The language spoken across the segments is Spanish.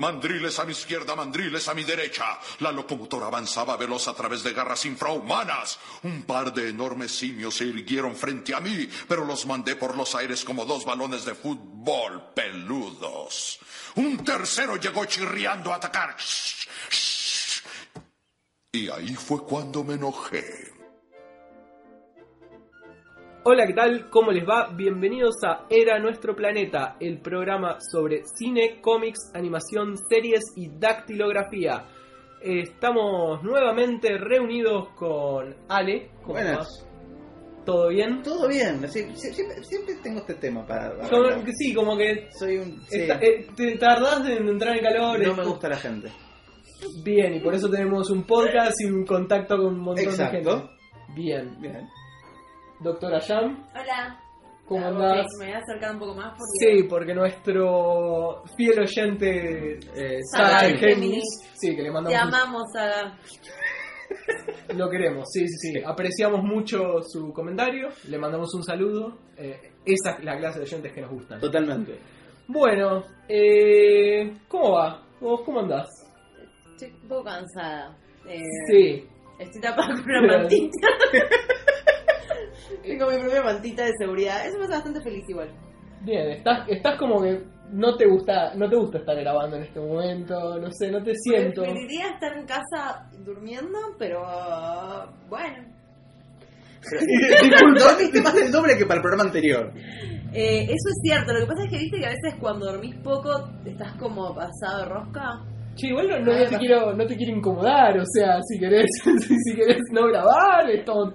Mandriles a mi izquierda, mandriles a mi derecha. La locomotora avanzaba veloz a través de garras infrahumanas. Un par de enormes simios se irguieron frente a mí, pero los mandé por los aires como dos balones de fútbol peludos. Un tercero llegó chirriando a atacar. Y ahí fue cuando me enojé. Hola, ¿qué tal? ¿Cómo les va? Bienvenidos a Era Nuestro Planeta, el programa sobre cine, cómics, animación, series y dactilografía. Eh, Estamos nuevamente reunidos con Ale. ¿Cómo Buenas. va? ¿Todo bien? Todo bien, sí, sí, siempre, siempre tengo este tema para. para Como- hablar. sí, como que Soy un. sí, está- eh, te tardás en entrar en calor. no es- me gusta la gente. Bien, y por eso tenemos un podcast y un contacto con un montón de Exacto. gente. Bien. Bien. Doctora Jam, Hola. ¿cómo Ah, andás? ok, Me he acercado un poco más porque Sí, porque nuestro fiel oyente eh, Sara Sara de Géminis. Géminis, sí, que le te mandamos amamos a... un- lo queremos, sí, sí, sí, apreciamos mucho su comentario, le mandamos un saludo, eh, esa es la clase de oyentes que nos gustan. Totalmente. Bueno, eh, ¿cómo va? ¿Vos cómo andás? Estoy un poco cansada. Eh, Sí, Estoy tapada con una Bien. mantita. Tengo mi propia mantita de seguridad. Eso me hace bastante feliz igual. bien, estás, estás como que no te gusta, no te gusta estar grabando en este momento, no sé, no te siento. Preferiría estar en casa durmiendo, pero ah, bueno. Disculpa, dormiste más del doble que para el programa anterior. Eh, eso es cierto. Lo que pasa es que viste que a veces cuando dormís poco estás como pasado de rosca. Che, igual no, no- no te quiero, no te quiero incomodar, o sea, si querés, si, si querés no grabar, esto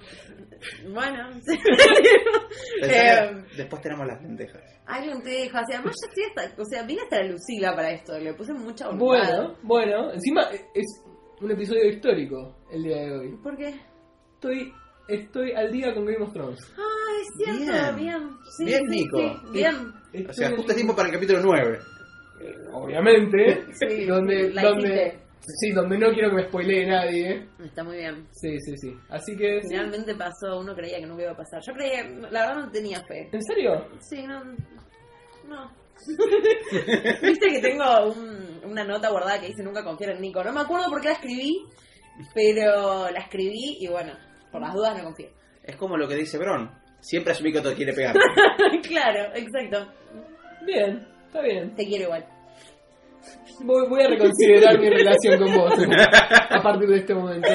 Bueno. Pensá Eh, que después tenemos las lentejas. Hay un tejo, o sea, además yo estoy hasta, o sea, vine hasta la Lucila para esto, le puse mucha voluntad. Bueno, bueno, encima e, es un episodio histórico el día de hoy. ¿Por qué? Estoy, estoy al día con Game of Thrones. Ah, es Bien. cierto, bien. Sí, Bien, sí, Nico. sí, bien. Estoy- O sea, justo es tiempo para el capítulo 9. Obviamente, Sí, donde, la donde, hiciste. sí, donde no quiero que me spoilee nadie. Está muy bien. Sí, sí, sí. Así que, sí. Finalmente pasó, uno creía que nunca iba a pasar. Yo creía, la verdad no tenía fe. ¿en serio? Sí, no. No. Viste que tengo un- una nota guardada que dice nunca confiar en Nico. No me acuerdo por qué la escribí, pero la escribí y bueno, por las dudas no confío. Es como lo que dice Bron. Siempre asumí que te quiere pegar. claro, exacto. Bien, está bien. Te quiero igual. Voy, voy a reconsiderar mi relación con vos a partir de este momento.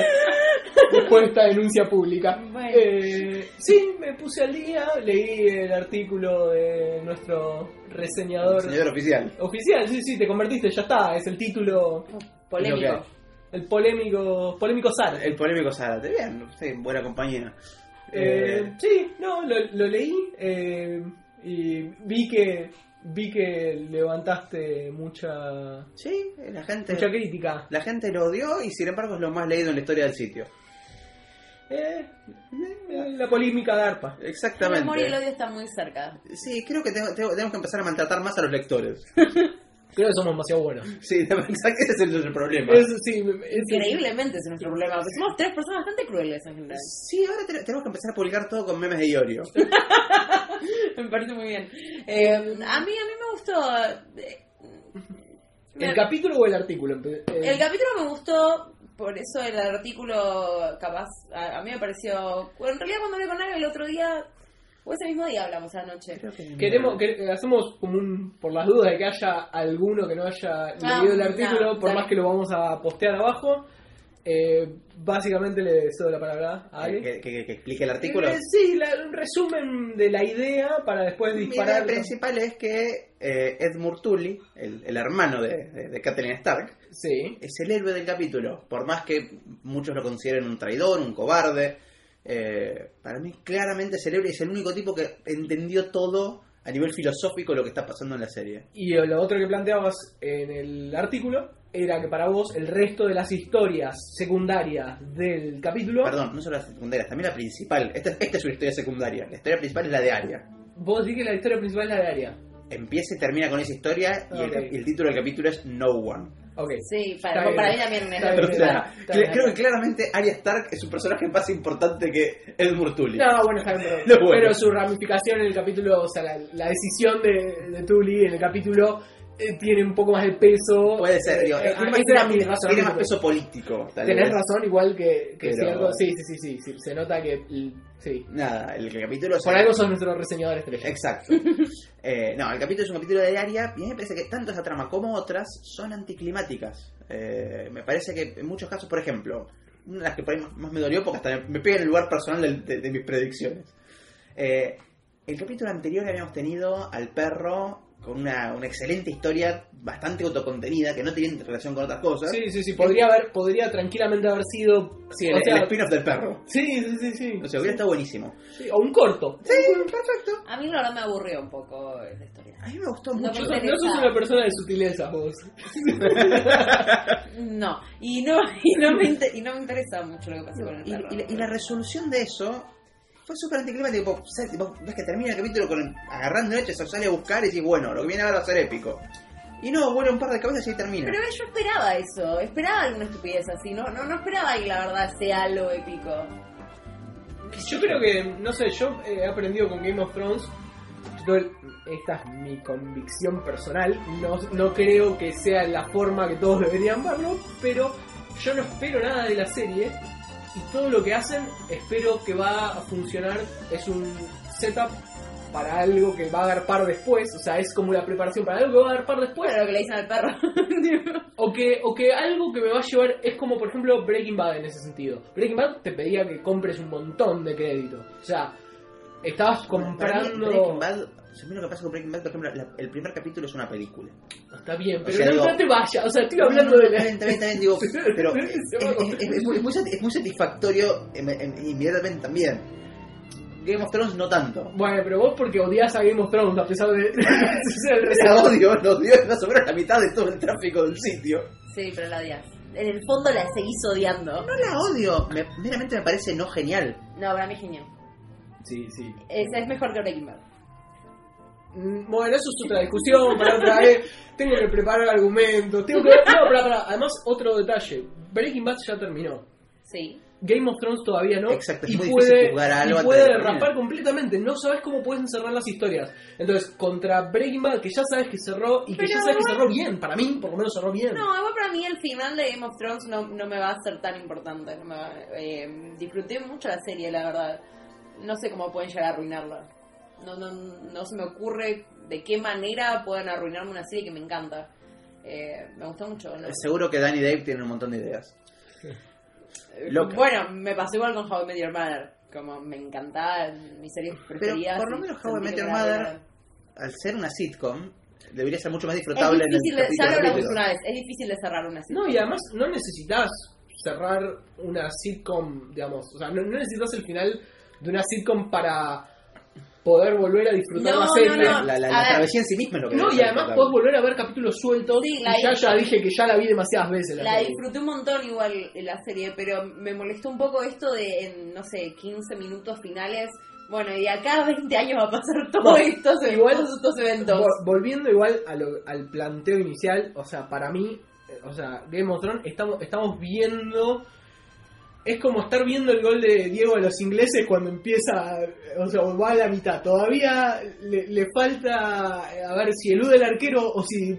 Después de esta denuncia pública. Bueno. Eh, sí, me puse al día, leí el artículo de nuestro reseñador Señor oficial. Oficial, sí, sí, te convertiste, ya está, es el título, Polémico. Lo que el polémico, polémico zar. El eh, polémico Zárate. Bien, sí, buena compañía. Eh, Eh, sí, no, lo, lo leí eh, y vi que vi que levantaste mucha sí, la gente. mucha crítica. La gente lo odió y sin embargo es lo más leído en la historia del sitio. Eh, eh, la polémica garpa. El Exactamente. amor y el odio están muy cerca. Sí, creo que tengo- tengo- tenemos que empezar a maltratar más a los lectores. Creo que somos demasiado buenos. Sí, la verdad que ese es el, el problema. Es, sí, es- Increíblemente ese es nuestro problema. porque somos tres personas bastante crueles en general. Sí, ahora te- tenemos que empezar a publicar todo con memes de Iorio. Me parece muy bien. Eh, a mí, a mí me gustó. eh, ¿El capítulo o el artículo? Empe- eh, el capítulo me gustó, por eso el artículo capaz. A, a mí me pareció. bueno, En realidad, cuando hablé con Ana el otro día, o ese mismo día hablamos anoche. Queremos, que- eh, hacemos como un, por las dudas de que haya alguno que no haya Ah, leído el no, artículo, por dale. más que lo vamos a postear abajo. Eh, básicamente le cedo la palabra a que, alguien. Eh, que- que- que explique el artículo. Sí, la- un resumen de la idea para después Mi idea disparar. principal es que eh, Ed Murtulli, el, el hermano de, de, de Catelyn Stark, Sí, es el héroe del capítulo. Por más que muchos lo consideren un traidor, un cobarde, eh, para mí claramente es el héroe y es el único tipo que entendió todo a nivel filosófico lo que está pasando en la serie. y lo otro que planteabas en el artículo era que para vos el resto de las historias secundarias del capítulo, Perdón, no solo la secundaria, también la principal. Esta, esta es su historia secundaria. La historia principal es la de Aria. vos decís que la historia principal es la de Aria. Empieza y termina con esa historia y el, Ok. cap- y el título del capítulo es No One. Ok. Sí, Está para, bien. para mí también es Está O bien. sea, Está cre- bien. creo que claramente Arya Stark es un personaje más importante que Ed Murtulli. No, bueno, está bien, No, pero, bueno. pero su ramificación en el capítulo, o sea, la, la decisión de, de Tully en el capítulo eh, tiene un poco más de peso. Puede ser, digo, Eh, es- ah, tiene más- ese era mi tiene más razonamiento. peso político. tal Tenés vez. razón, igual que, que Pero- cierto. Sí, sí, sí, sí, sí, Se nota que. l- Sí. Nada, el, el capítulo es- Por algo sos nuestro reseñador estrella. Exacto. Eh, no, el capítulo es un capítulo de Aria y a mí me parece que tanto esa trama como otras son anticlimáticas. Eh, me parece que en muchos casos, por ejemplo, una de las que por ahí más, más me dolió porque hasta me pega en el lugar personal del- de, de mis predicciones. Eh, el capítulo anterior habíamos tenido al perro con una, una excelente historia bastante autocontenida que no tiene relación con otras cosas. Sí, sí, sí. Podría, haber, podría tranquilamente haber sido. Sí, el, o el sea, spin-off del perro. sí, sí, sí, sí. O sea, hubiera estado buenisimo. Sí, O un corto. Sí, perfecto. A mí la verdad me aburrió un poco eh, la historia. A mí me gustó No, mucho. pero- No sos una persona de sutileza, vos. No, y no, y no, me, inter- y no me interesa mucho lo que pasó con el Y, perro. y la, y la resolución de eso fue súper anticlimático. Tipo, ¿sabes? Tipo, ves que termina el capítulo con el- agarrando hechos, se sale a buscar y decís, bueno, lo que viene ahora va a ser épico. Y no, vuela un par de cabezas y ahí termina. Pero yo esperaba eso, esperaba alguna estupidez así, no, no, no esperaba que la verdad sea algo épico. Yo creo que, no sé, yo eh, he aprendido con Game of Thrones. yo- esta es mi convicción personal. No, no creo que sea la forma que todos deberían verlo, pero yo no espero nada de la serie. Y todo lo que hacen, espero que va a funcionar. Es un setup para algo que va a agarpar después. O sea, es como la preparación para algo que va a agarpar después. Bueno, lo que le dicen al perro. O que, o que algo que me va a llevar es como, por ejemplo, Breaking Bad en ese sentido. Breaking Bad te pedía que compres un montón de crédito. O sea, estabas Para mí, comprando... Breaking Bad, o sea, a mí lo que pasa con Breaking Bad, por ejemplo, la- el primer capítulo es una película. Está bien, O pero sea, no, digo- no te vayas. O sea, estoy hablando de... Está bien, La... está bien, está bien, digo, pero es, Se va con- es- es- es muy- es muy, sati- es muy satisfactorio em- em- inmediatamente también. Game of Thrones no tanto. Bueno, pero vos porque odias a Game of Thrones a pesar de... ser el La receptor. odio, la odio, más o menos la mitad de todo el tráfico del sitio. Sí, pero la odias. En el fondo la seguís odiando. No la odio, me- meramente me parece no genial. No, para mí es genial. sí, sí. Es, es mejor que Breaking Bad. Mm, Bueno, eso es otra discusión para otra vez. Tengo que preparar argumentos. Tengo que... No, pará, pará. Además, otro detalle. Breaking Bad ya terminó. Sí. Game of Thrones todavía no. Exacto, es y muy puede, difícil jugar a y algo antes puede de terminar. derrapar completamente. No sabes cómo puedes encerrar las historias. Entonces, contra Breaking Bad, que ya sabes que cerró y que Pero ya sabes que igual- cerró bien, para mí, por lo menos cerró bien. No, igual para mí el final de Game of Thrones no, no me va a ser tan importante. no me va- eh, disfruté mucho la serie, la verdad. No sé cómo pueden llegar a arruinarla. No, no, no se me ocurre de qué manera pueden arruinarme una serie que me encanta. Eh, me gustó mucho. ¿no? Seguro que Danny Dave tiene un montón de ideas. Eh, loca. Bueno, me pasó igual con How I Met Your Mother. Como me encantaba, mi serie Pero preferida. por lo sí, menos How I sentí Met que Your me la Mother arruinaron. Al ser una sitcom, debería ser mucho más Es disfrutable difícil, en de, el ya lo capítulo. hablamos una vez, es difícil de cerrar una serie. No, y además no necesitas cerrar una sitcom, digamos. O sea, no, no necesitas el final de una sitcom para poder volver a disfrutar No, la serie. no, no. La, la- la A ver. travesía en sí misma es lo que No, debe y ser además podés disfrutable. volver a ver capítulos sueltos. Sí, y la ya, vi. ya dije que ya la vi demasiadas veces. La, La serie. disfruté un montón igual la serie, pero me molestó un poco esto de, en, no sé, 15 minutos finales. Bueno, y de acá a 20 años va a pasar todo Bueno, estos, igual- todos estos eventos. Vol- Volviendo igual a lo- al planteo inicial, o sea, para mí, eh, o sea, Game of Thrones estamos, estamos viendo. Es como estar viendo el gol de Diego a los ingleses cuando empieza, eh, o sea, va a la mitad. Todavía le, le falta eh, a ver si elude el arquero o si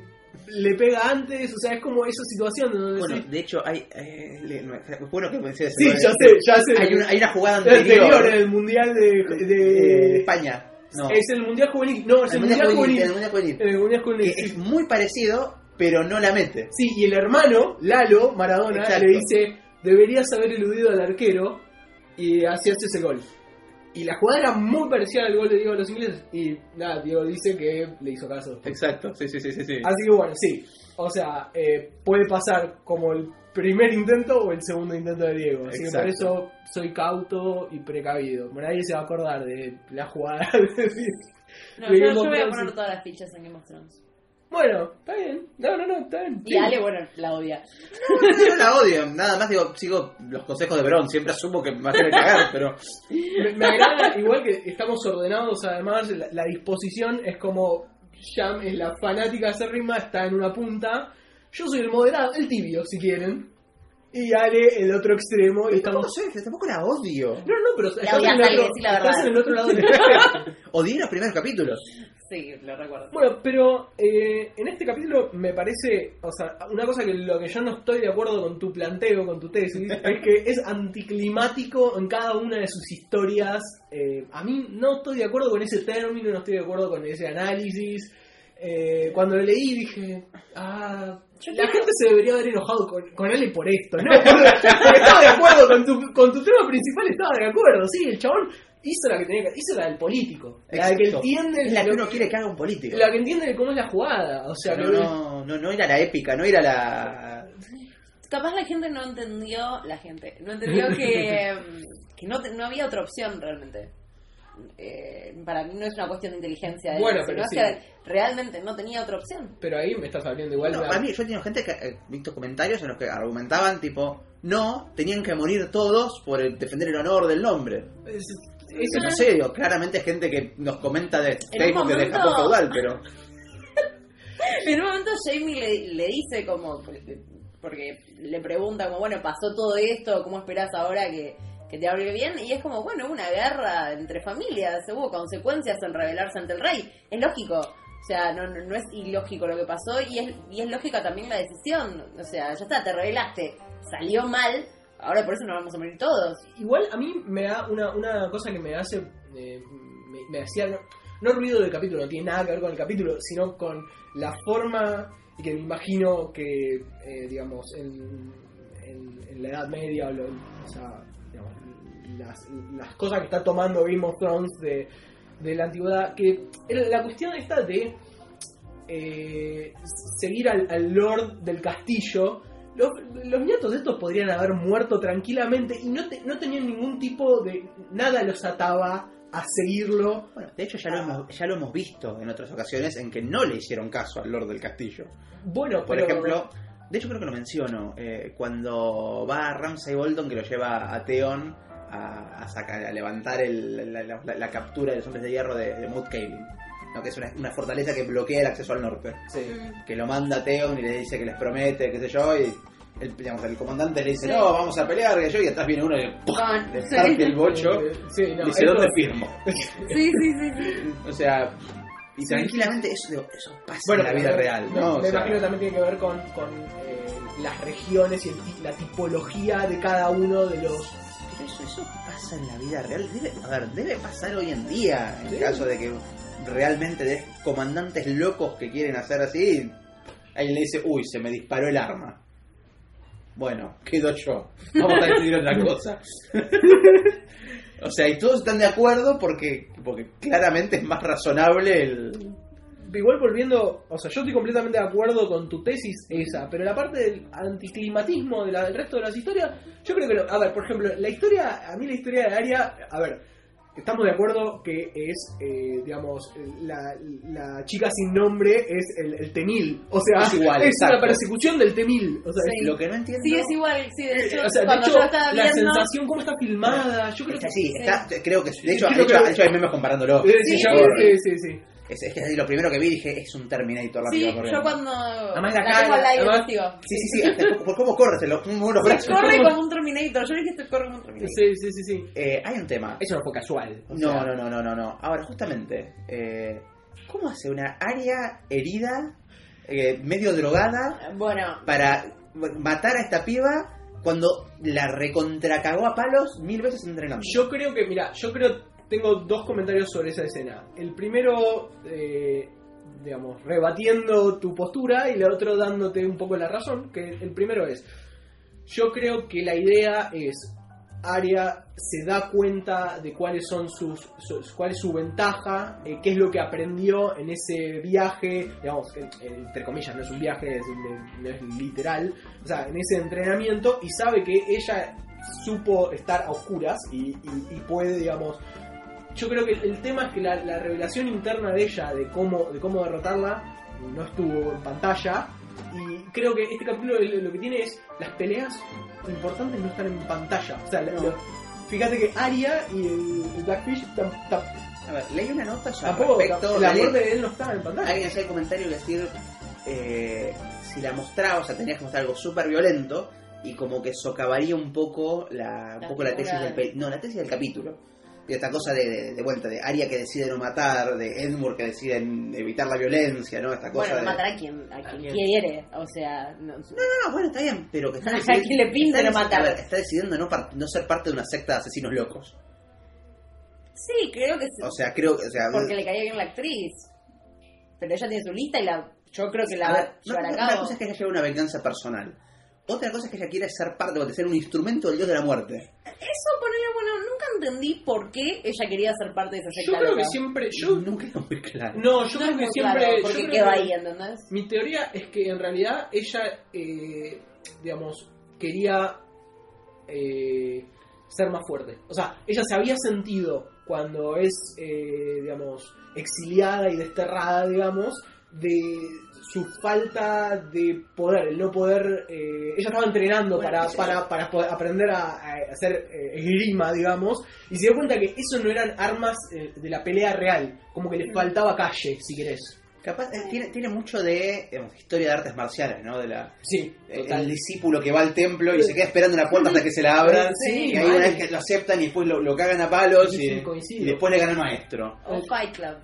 le pega antes, o sea, es como esa situación donde Bueno, decís, de hecho, hay. eh, le- no, es bueno que me decías Sí, eso, ya eh. sé, ya sé. Hay una, hay una jugada el anterior. eh, anterior en el mundial de. de- de España. No, Es el mundial juvenil. No, es el el Mundial mundial Juvenil, juvenil. el Mundial Juvenil. El mundial juvenil. Que es muy parecido, pero no la mete. Sí, y el hermano, Lalo Maradona, Exacto. le dice, deberías haber eludido al arquero y hacías ese gol. Y la jugada era muy parecida al gol de Diego a los ingleses. Y nada, Diego dice que le hizo caso. Exacto, sí, sí, sí, sí. sí. Así que bueno, sí. O sea, eh, puede pasar como el primer intento o el segundo intento de Diego. Así que por Exacto. eso soy cauto y precavido. Bueno, nadie se va a acordar de la jugada. No, de yo, Game yo of voy a Thrones. poner todas las fichas en Game of Thrones. Bueno, está bien. No, no, no, está bien. Y Ale, bueno, la odia. Yo la odio, nada más digo, sigo los consejos de Bron, siempre asumo que me va a tener que cagar, pero Me, me agrada, igual que estamos ordenados, además, la, la disposición es como Jam es la fanática acérrima, está en una punta. Yo soy el moderado, el tibio, si quieren. Y Ale, el otro extremo, y tampoco, estamos... soy- tampoco la odio. No, no, pero estás, odias, en, el Ale, otro, decí la estás verdad. en el otro lado del espectro. Odié los primeros capítulos. Sí, lo recuerdo. Bueno, pero eh, en este capítulo me parece, o sea, una cosa que lo que yo no estoy de acuerdo con tu planteo, con tu tesis, es que es anticlimático en cada una de sus historias. Eh, a mí no estoy de acuerdo con ese término, no estoy de acuerdo con ese análisis. Eh, cuando lo leí dije, ah, la gente se debería haber enojado con, con Ale por esto, ¿no? Porque estaba de acuerdo con tu, con tu tema principal, estaba de acuerdo, sí, el chabón hizo la que tenía que, hizo la del político, la que Exacto. entiende Es la que lo uno quiere que haga un político. la que entiende de cómo es la jugada, o sea, no, que- no, no, no era la épica, no era la... Capaz la gente no entendió, la gente, no entendió que, mm, que no, te- no había otra opción realmente. Eh, para mí no es una cuestión de inteligencia. de Bueno, él, pero sino sí. que realmente no tenía otra opción. pero ahí me estás hablando igual. No, de- para mí, yo he tenido gente que he visto comentarios en los que argumentaban tipo, no, tenían que morir todos por el- defender el honor del nombre. Es- Eso es- no sé, digo, claramente es gente que nos comenta de Facebook momento- desde Japón feudal, pero En un momento Jamie le, le dice como, porque le pregunta como, bueno, pasó todo esto, ¿cómo esperás ahora que, que te hable bien? Y es como, bueno, hubo una guerra entre familias, hubo consecuencias en rebelarse ante el rey, es lógico. O sea, no, no, no es ilógico lo que pasó y es, y es lógica también la decisión. O sea, ya está, te rebelaste, salió mal, ahora por eso nos vamos a morir todos. Igual a mí me da una, una cosa que me hace. eh, me, me hacía. No, no ruido del capítulo, no tiene nada que ver con el capítulo, sino con la forma y que me imagino que, eh, digamos, en, en- en la Edad Media, o, lo- o sea, digamos, las, las cosas que está tomando Game of Thrones de, de la antigüedad, que era la cuestión esta de eh, seguir al, al lord del castillo, los, los nietos de estos podrían haber muerto tranquilamente y no, te- no tenían ningún tipo de... Nada los ataba a seguirlo. bueno, de hecho ya lo, hemos, ya lo hemos visto en otras ocasiones en que no le hicieron caso al Lord del Castillo. Bueno, Por pero- ejemplo, de hecho creo que lo menciono, eh, cuando va Ramsay Bolton que lo lleva a Theon a, a sacar, a levantar el- la, la- la captura de los hombres de hierro de, de Moot Cailin, ¿no? que es una, una fortaleza que bloquea el acceso al norte. Sí. que lo manda a Theon y le dice que les promete, qué sé yo, y el, digamos, el comandante le dice, Sí. no, vamos a pelear, qué sé yo, y atrás viene uno y le, Con- le sí. parte el bocho, Eh, sí, no, y dice, esto- ¿dónde firmo? Sí, sí, sí, sí. O sea, y tranquilamente eso, digo, eso pasa Bueno, en la vida pero- real, me- ¿no? Me, O sea, imagino que también tiene que ver con, con, eh, las regiones y el ti- la tipología de cada uno de los... pero eso, eso pasa en la vida real, debe, a ver, debe pasar hoy en día, en Sí. caso de que realmente des comandantes locos que quieren hacer así, ahí le dice, uy, se me disparó el arma. Bueno, quedo yo. Vamos a decidir otra cosa. o sea, y todos están de acuerdo porque, porque claramente es más razonable el... Igual volviendo, o sea, yo estoy completamente de acuerdo con tu tesis esa, pero la parte del anticlimatismo de la- del resto de las historias, yo creo que, no. a ver, por ejemplo, la historia, a mí la historia de Aria, a ver, estamos de acuerdo que es, eh, digamos, la, la chica sin nombre es el, el Temil, o sea, Es igual, una exacto. persecución del Temil, o sea, Sí. Lo que no entiendo... Sí, es igual, sí, de es- hecho, Eh, o sea, de cuando hecho, yo estaba la viendo... sensación, cómo está filmada, yo creo Es que... así, está, creo que... De hecho, Sí, de creo hecho, que- de hecho hay memes comparándolo. Eh, sí, Sí, ya- sí, sí, sí, sí. Es, es que lo primero que vi dije, es un Terminator la Sí, piba corriendo. yo cuando... Además la tengo cara, al aire, además- digo. Sí, sí, sí, hasta por- por cómo corre, se lo- unos Sí, brazos. corre como un Terminator. Yo dije que corre como un Terminator. Sí, sí, sí, sí. Eh, hay un tema. Eso no fue casual. o No, sea. no, no, no, no, no. Ahora, justamente, eh, ¿cómo hace una área herida, eh, medio drogada, Bueno, para matar a esta piba cuando la recontracagó a palos mil veces entrenando? Yo creo que, mira, yo creo, tengo dos comentarios sobre esa escena. El primero, eh, digamos, rebatiendo tu postura y el otro dándote un poco la razón, que el primero es, yo creo que la idea es, Aria se da cuenta de cuáles son sus, sus- cuál es su ventaja, eh, qué es lo que aprendió en ese viaje, digamos, que, eh, entre comillas, no es un viaje, es- no es literal, o sea, en ese entrenamiento y sabe que ella supo estar a oscuras y, y- y puede, digamos, yo creo que el tema es que la, la revelación interna de ella de cómo, de cómo derrotarla no estuvo en pantalla. Y creo que este capítulo lo lo que tiene es las peleas importantes no están en pantalla. O sea, la- No. lo- fíjate que Aria y el, el Blackfish tam- tam- A ver, leí una nota ya al tampoco. respecto. el la amor leí- de él no estaba en pantalla. Alguien hacía el comentario y decir eh, si la mostraba, o sea, tenías que mostrar algo súper violento y como que socavaría un poco la, un La poco la figura tesis del de- pe- no, la tesis del capítulo. Y esta cosa de, de, de vuelta, de Aria que decide no matar, de Edmure que decide n- evitar la violencia, ¿no? Esta cosa de... Bueno, matar a quien, a quien quien. quiere. O sea, no, No, "Ah, bueno, está bien, pero que está A decidi- quien le pinte está no deci- matar. a ver, está decidiendo no, par- no ser parte de una secta de asesinos locos. Sí, creo que sí. O sea, creo que... O sea, porque le caía bien la actriz. Pero ella tiene su lista y la, yo creo que la A va ver, a no, llevar a una cabo. cosa es que ella lleva una venganza personal. Otra cosa es que ella quiere ser parte, o ser un instrumento del dios de la muerte. Eso, ponele, bueno, nunca entendí por qué ella quería ser parte de esa secta Yo creo que loca. siempre. Yo, nunca quedó muy claro. no, yo No creo que es muy siempre. claro yo porque creo quedó que- ahí, ¿entendés? Mi teoría es que en realidad ella, eh, digamos, quería eh, ser más fuerte. O sea, ella se había sentido cuando es, eh, digamos, exiliada y desterrada, digamos, de su falta de poder, el no poder... eh, ella estaba entrenando Bueno, para, sí. para, para poder aprender a, a hacer eh, esgrima, digamos, y se dio cuenta que eso no eran armas eh, de la pelea real, como que le faltaba calle, si querés. Capaz, eh, tiene, tiene mucho de digamos, historia de artes marciales, ¿no? De la, Sí, eh, total. el discípulo que va al templo y se queda esperando en la puerta hasta que se la abran. Sí, y ahí mal. una vez que lo aceptan y después lo, lo cagan a palos Sí, y, sí, coincido. y después le gana el maestro. O Fight Club.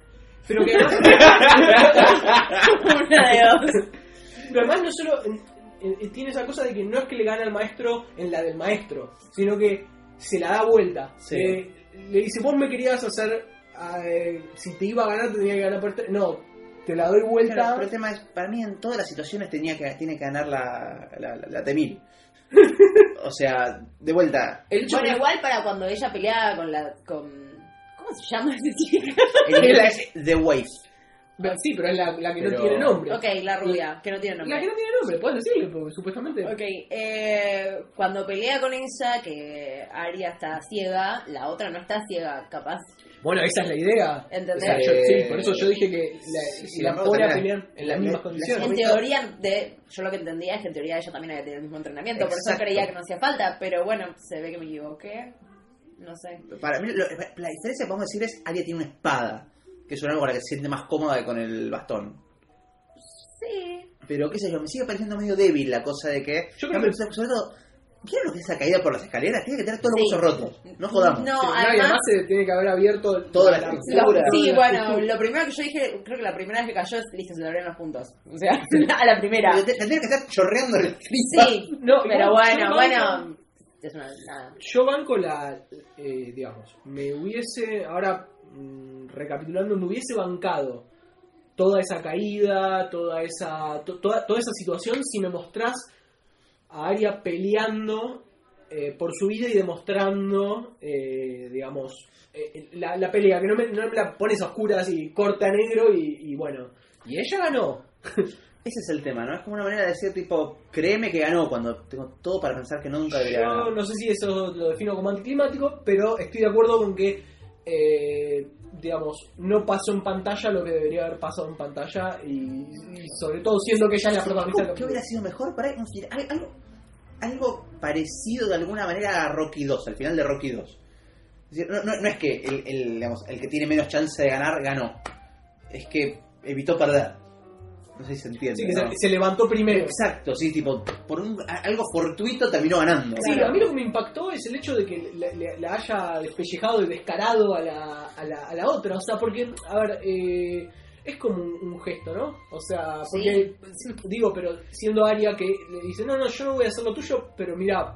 Pero que además, Una de dos. pero además no solo eh, eh, tiene esa cosa de que no es que le gana al maestro en la del maestro, sino que se la da vuelta. Sí. Le, le dice, vos me querías hacer, eh, si te iba a ganar, te tenía que ganar por tres. No, te la doy vuelta. Claro, pero el tema es, para mí en todas las situaciones tenía que, tiene que ganar la, la, la, la T-1000. o sea, de vuelta, el hecho Bueno, que- igual para cuando ella peleaba con la... Con, ¿Cómo se llama esa chica? en inglés es The Wave. Bueno, Sí, pero es la, la que no Pero- tiene nombre. Ok, la rubia, que no tiene La que nombre. no tiene nombre, puedes decirle, porque supuestamente... Ok, eh, cuando pelea con ella, que Aria está ciega, la otra no está ciega, capaz. Bueno, esa es la idea. ¿Entendés? O sea, yo- Eh, sí, por eso yo dije que la, sí, la no, pone a también. pelear en las La- mismas la- condiciones. En Ahorita- teoría, de, yo lo que entendía es que en teoría ella también había tenido el mismo entrenamiento, por eso Exacto. creía que no hacía falta, pero bueno, se ve que me equivoqué. No sé. Para mí, lo- la diferencia que podemos decir es: Aria tiene una espada, que es una arma con la que se siente más cómoda que con el bastón. Sí. Pero qué sé yo, me sigue pareciendo medio débil la cosa de que. Yo creo No, que- pero Sobre todo, ¿vieron lo que es esa caída por las escaleras? Tiene que tener todos Sí. los huesos rotos. No jodamos. No, Pero nadie además. más se tiene que haber abierto Toda la la- Segura. sí, la bueno, estructura. lo primero que yo dije, creo que la primera vez que cayó es listo, se le abrieron los puntos. O sea, a la primera. Pero te- Tendría que estar chorreando el cristal. Sí, No, pero igual, bueno, yo bueno. Es una. nada. Yo banco la, eh, digamos, me hubiese, ahora mm, recapitulando, me hubiese bancado toda esa caída, toda esa, to- toda, toda esa situación si me mostrás a Aria peleando eh, por su vida y demostrando, eh, digamos, eh, la, la pelea, que no me, no me la pones a oscuras y corta a negro y, y bueno. Y ella ganó. Ese es el tema, ¿no? Es como una manera de decir, tipo, créeme que ganó cuando tengo todo para pensar que nunca debería Yo ganar. no sé si eso lo defino como anticlimático, pero estoy de acuerdo con que, eh, digamos, no pasó en pantalla lo que debería haber pasado en pantalla y, y sobre todo siendo que ella es la protagonista del ¿Qué capítulo. hubiera sido mejor para un final? Al- Algo, algo parecido de alguna manera a Rocky 2, al final de Rocky 2. No, no- no es que el, el, digamos, el que tiene menos chance de ganar ganó, es que evitó perder. No sé si se entiende. Sí, que ¿no? se, se levantó primero. Exacto, sí, tipo, por un- a- algo fortuito terminó ganando. Sí, Claro. a mí lo que me impactó es el hecho de que la, la- la haya despellejado y descarado a la, a, la, a la otra. O sea, porque, a ver, eh, es como un, un gesto, ¿no? O sea, porque, digo, pero siendo Aria que le dice, no, no, yo no voy a hacer lo tuyo, pero mira,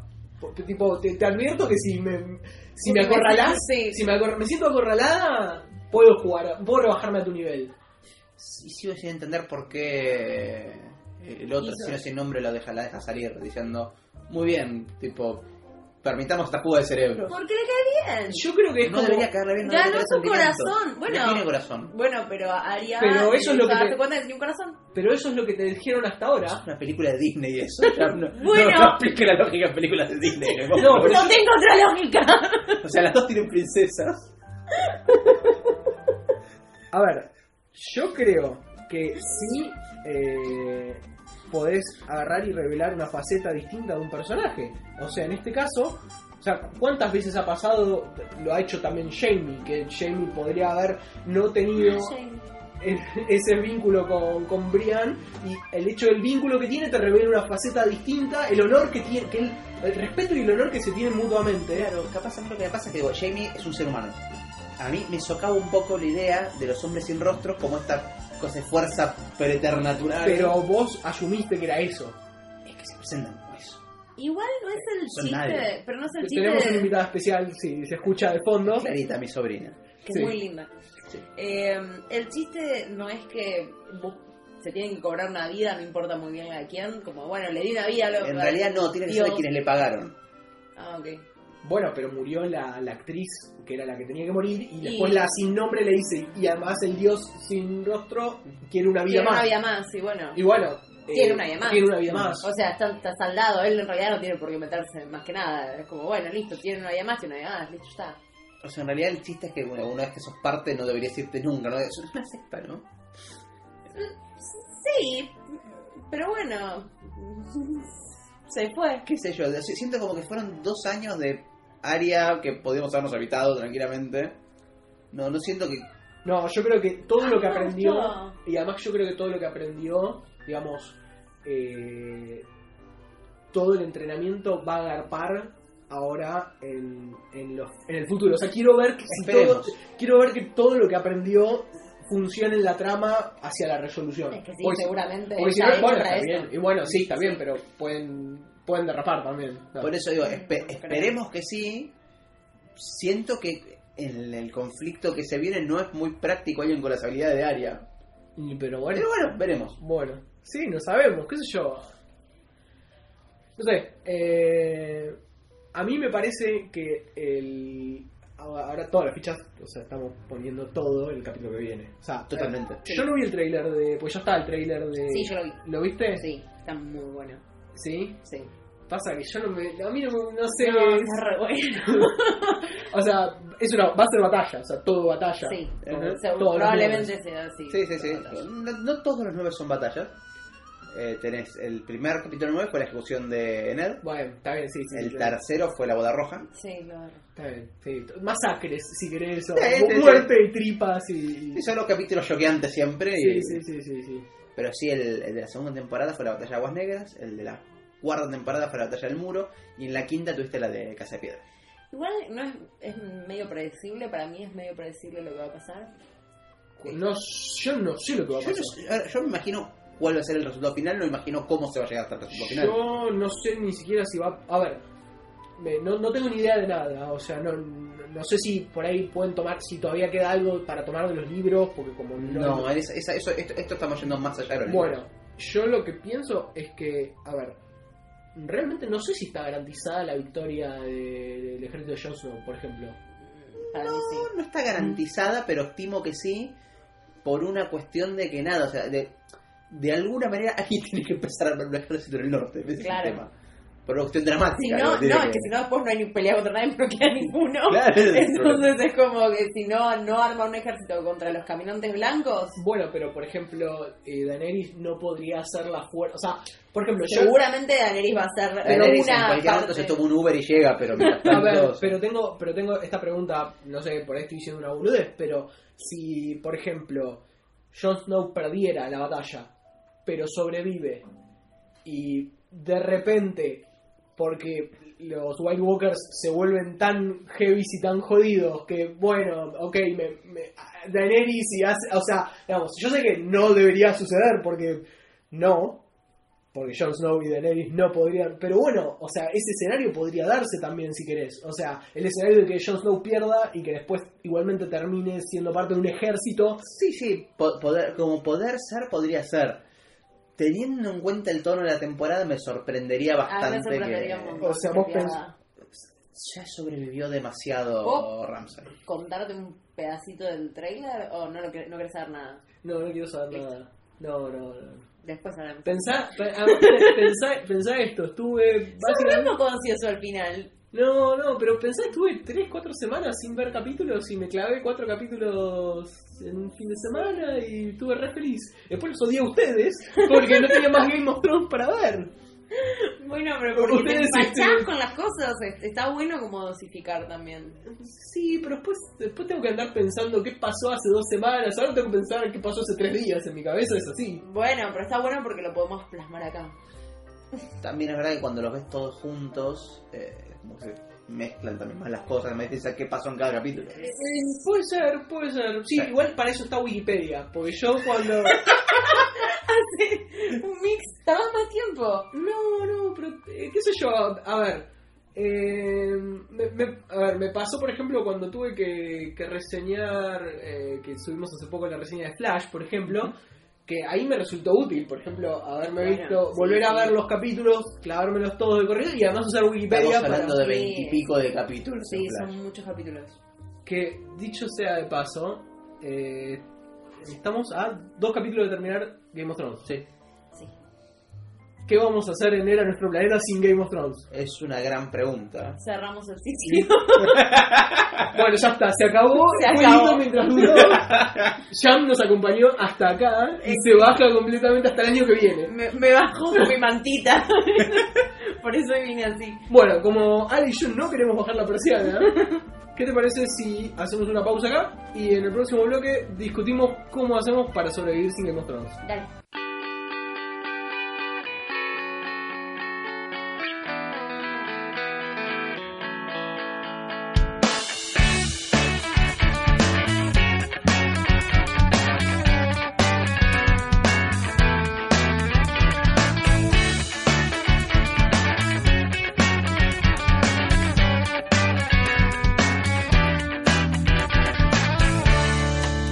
tipo, te, te advierto que si me, si me Porque me acorralás, siento- sí. si me, acor- me siento acorralada, puedo jugar, puedo bajarme a tu nivel. Y sigo sin entender por qué eh, el otro, Hizo- si no sin nombre, lo deja, la deja salir, diciendo, muy bien, tipo, permitamos esta fuga de cerebro. Porque le cae bien. Yo creo que es No como- debería caerle bien. no Ganó debería su sentimiento. corazón, bueno. No tiene corazón. Bueno, pero Aria. Pero eso es lo que ¿Te te- das cuenta que tenía un corazón? pero eso es lo que te dijeron hasta ahora. Es una película de Disney eso. Ya No, Bueno. no, no explique la lógica en películas de Disney. No, pero- No tengo otra lógica. O sea, las dos tienen princesas. A ver, yo creo que sí eh, podés agarrar y revelar una faceta distinta de un personaje. O sea, en este caso, o sea, ¿cuántas veces ha pasado? Lo ha hecho también Jamie, que Jamie podría haber no tenido el- ese vínculo con, con Brian y el hecho del vínculo que tiene te revela una faceta distinta, el honor que tiene, que él- el respeto y el honor que se tienen mutuamente. Claro, capaz a mí lo que me pasa es que digo, Jamie es un ser humano. A mí me socava un poco la idea de los hombres sin rostros como esta cosa de fuerza preternatural. Pero vos asumiste que era eso. es que se presentan como eso. Igual no es el Son chiste, nadie. pero no es el chiste Tenemos de- una invitada especial, si se escucha de fondo. Clarita, mi sobrina. que Sí. es muy linda. Sí. Eh, el chiste no es que vos- se tienen que cobrar una vida, no importa muy bien a quién, como bueno, le di una vida a lo En realidad no, tiene que ser de Dios. quienes le pagaron. Ah, ok. Bueno, pero murió la, la actriz que era la que tenía que morir y después Y- la sin nombre le dice, y además el dios sin rostro quiere una vida Tiene más. una vida más, y bueno. Y bueno, eh, Tiene una vida más. tiene una vida más. O sea, está, está saldado, él en realidad no tiene por qué meterse más que nada. Es como, bueno, listo, tiene una vida más, tiene una vida más, listo, ya está. O sea, en realidad el chiste es que bueno, una vez que sos parte no deberías irte nunca, ¿no? Es una secta, ¿no? Sí, pero bueno. Se fue. ¿Qué sé yo? si- Siento como que fueron dos años de área que podíamos habernos habitado tranquilamente. No, no siento que No, yo creo que todo lo que Ah, aprendió, no. y además yo creo que todo lo que aprendió, digamos, eh, todo el entrenamiento va a agarpar ahora en, en, los- en el futuro. O sea, quiero ver, que si todo, Esperemos. quiero ver que todo lo que aprendió funcione en la trama hacia la resolución. Es que sí, Porque si- seguramente. porque si ya no- eh, es bueno, para está eso. bien. Y bueno, sí, está bien, pero pueden, pueden derrapar también. No. Por eso digo, espe- Creo. esperemos que sí. Siento que el, el conflicto que se viene no es muy práctico alguien con las habilidades de área. Y- Pero bueno. Pero bueno, veremos. Bueno, sí, no sabemos, qué sé yo. No sé, eh, a mí me parece que el... Ahora todas las fichas, o sea, estamos poniendo todo el capítulo que viene. O sea, Totalmente. eh, yo no vi el tráiler de... Pues ya está el tráiler de... Sí, yo lo vi. ¿Lo viste? Sí, está muy bueno. ¿Sí? Sí. Pasa que yo no me... A mí no, me- no sé... No, es- está re bueno. o sea, es una, va a ser batalla, o sea, todo batalla. Sí, Ajá. Todos seguro- los probablemente días. sea así. Sí, sí, sí. Todas las- No, no todos los nueve son batallas. Eh, tenés el primer capítulo 9 fue la ejecución de Ened. Bueno, está bien, sí. sí, sí, El está bien. tercero fue la boda roja. Sí, claro. Está bien, sí. Masacres, si querés, o Sí, sí, sí. muerte y tripas y... Sí, son los capítulos choqueantes siempre. Sí, y- sí, sí, sí, sí. Pero sí, el, el de la segunda temporada fue la batalla de Aguas Negras. El de la cuarta temporada fue la batalla del muro. Y en la quinta tuviste la de Casa de Piedra. Igual no es, es medio predecible, para mí es medio predecible lo que va a pasar. No, yo no sé lo que va a Yo, pasar. no sé- a ver, yo me imagino cuál va a ser el resultado final, no imagino cómo se va a llegar hasta el resultado final. Yo no sé ni siquiera si va... A ver, me- no, no tengo ni idea de nada, o sea, no, no sé si por ahí pueden tomar, si todavía queda algo para tomar de los libros, porque como No, esa- esa- eso, esto, esto estamos yendo más allá de lo Bueno, yo lo que pienso es que, a ver, realmente no sé si está garantizada la victoria de- del ejército de Jon Snow, por ejemplo. Para mí sí. No está garantizada, pero estimo que sí, por una cuestión de que nada, o sea, de, de alguna manera aquí tiene que empezar a hablar un ejército del norte. ese es el Claro. tema. Por una cuestión Si dramática. no, digo, no, tiene es que si no después no hay ni pelea contra nadie, no queda ninguno. Claro, es el Entonces es como que si no, no arma un ejército contra los caminantes blancos, Bueno, pero por ejemplo, eh, Daenerys no podría hacer la fuerza. O sea, por ejemplo, yo. seguramente Daenerys va a ser Daenerys en una cualquier momento parte. se toma un Uber y llega, pero mientras A ver, tanto- pero tengo, pero tengo esta pregunta, no sé, por ahí estoy diciendo una boludez, pero si, por ejemplo, Jon Snow perdiera la batalla, pero sobrevive, y de repente, porque los White Walkers se vuelven tan heavy y tan jodidos que, bueno, ok, me, me- Daenerys y hace, o sea, digamos, yo sé que no debería suceder porque no, porque Jon Snow y Daenerys no podrían, pero bueno, o sea, ese escenario podría darse también si querés, o sea, el escenario de que Jon Snow pierda y que después igualmente termine siendo parte de un ejército, Sí, sí, po- poder, como poder ser, podría ser. Teniendo en cuenta el tono de la temporada, me sorprendería Ah, me bastante sorprendería un que montón O sea, que vos pierda. pens- ya sobrevivió demasiado Oh. Ramsay. contarte un pedacito del trailer o no, lo que- no querés saber nada? no, no quiero saber nada. No, no, no. Después hablamos. Pensá, pe- a- pe- pensá, pensá esto, estuve Soy básicamente... un poco ansioso al final. No, no, pero pensé, estuve 3, 4 semanas sin ver capítulos y me clavé 4 capítulos en un fin de semana y estuve re feliz. Después los odié a ustedes porque no tenía más Game of Thrones para ver. Bueno, pero porque te Ustedes empachás estuvieron- con las cosas. este, Está bueno como dosificar también. Sí, pero después, después tengo que andar pensando qué pasó hace 2 semanas. Ahora tengo que pensar qué pasó hace 3 días. En mi cabeza es así. Bueno, pero está bueno porque lo podemos plasmar acá. También es verdad que cuando los ves todos juntos, eh, como que se mezclan también más las cosas, me dices qué pasó en cada capítulo. Eh, puede ser, puede ser. Sí, Sí. igual para eso está Wikipedia. Porque yo cuando. Un mix, tardás más tiempo. No, no, pero eh, qué sé yo, a, a ver. eh, me, me- a ver, me pasó por ejemplo cuando tuve que, que reseñar, eh, que subimos hace poco la reseña de Flash, por ejemplo, que ahí me resultó útil, por ejemplo, haberme Bueno, visto, sí, volver a sí. ver los capítulos, clavármelos todos de corrido y además usar Estamos Wikipedia para... hablando de sí. veintipico de capítulos. Sí, en Flash. son muchos capítulos. Que dicho sea de paso, eh, estamos a dos capítulos de terminar Game of Thrones. Sí. Sí. ¿Qué vamos a hacer en Era Nuestro Planeta sin Game of Thrones? Es una gran pregunta. Cerramos el sitio. Bueno, ya está, se acabó. Se Fue acabó. lindo mientras duró. Jam nos acompañó hasta acá y se baja completamente hasta el año que viene. Me, me bajó con mi mantita. Por eso vine así. Bueno, como Ale y yo no queremos bajar la persiana, ¿qué te parece si hacemos una pausa acá y en el próximo bloque discutimos cómo hacemos para sobrevivir sin Game of Thrones? Dale.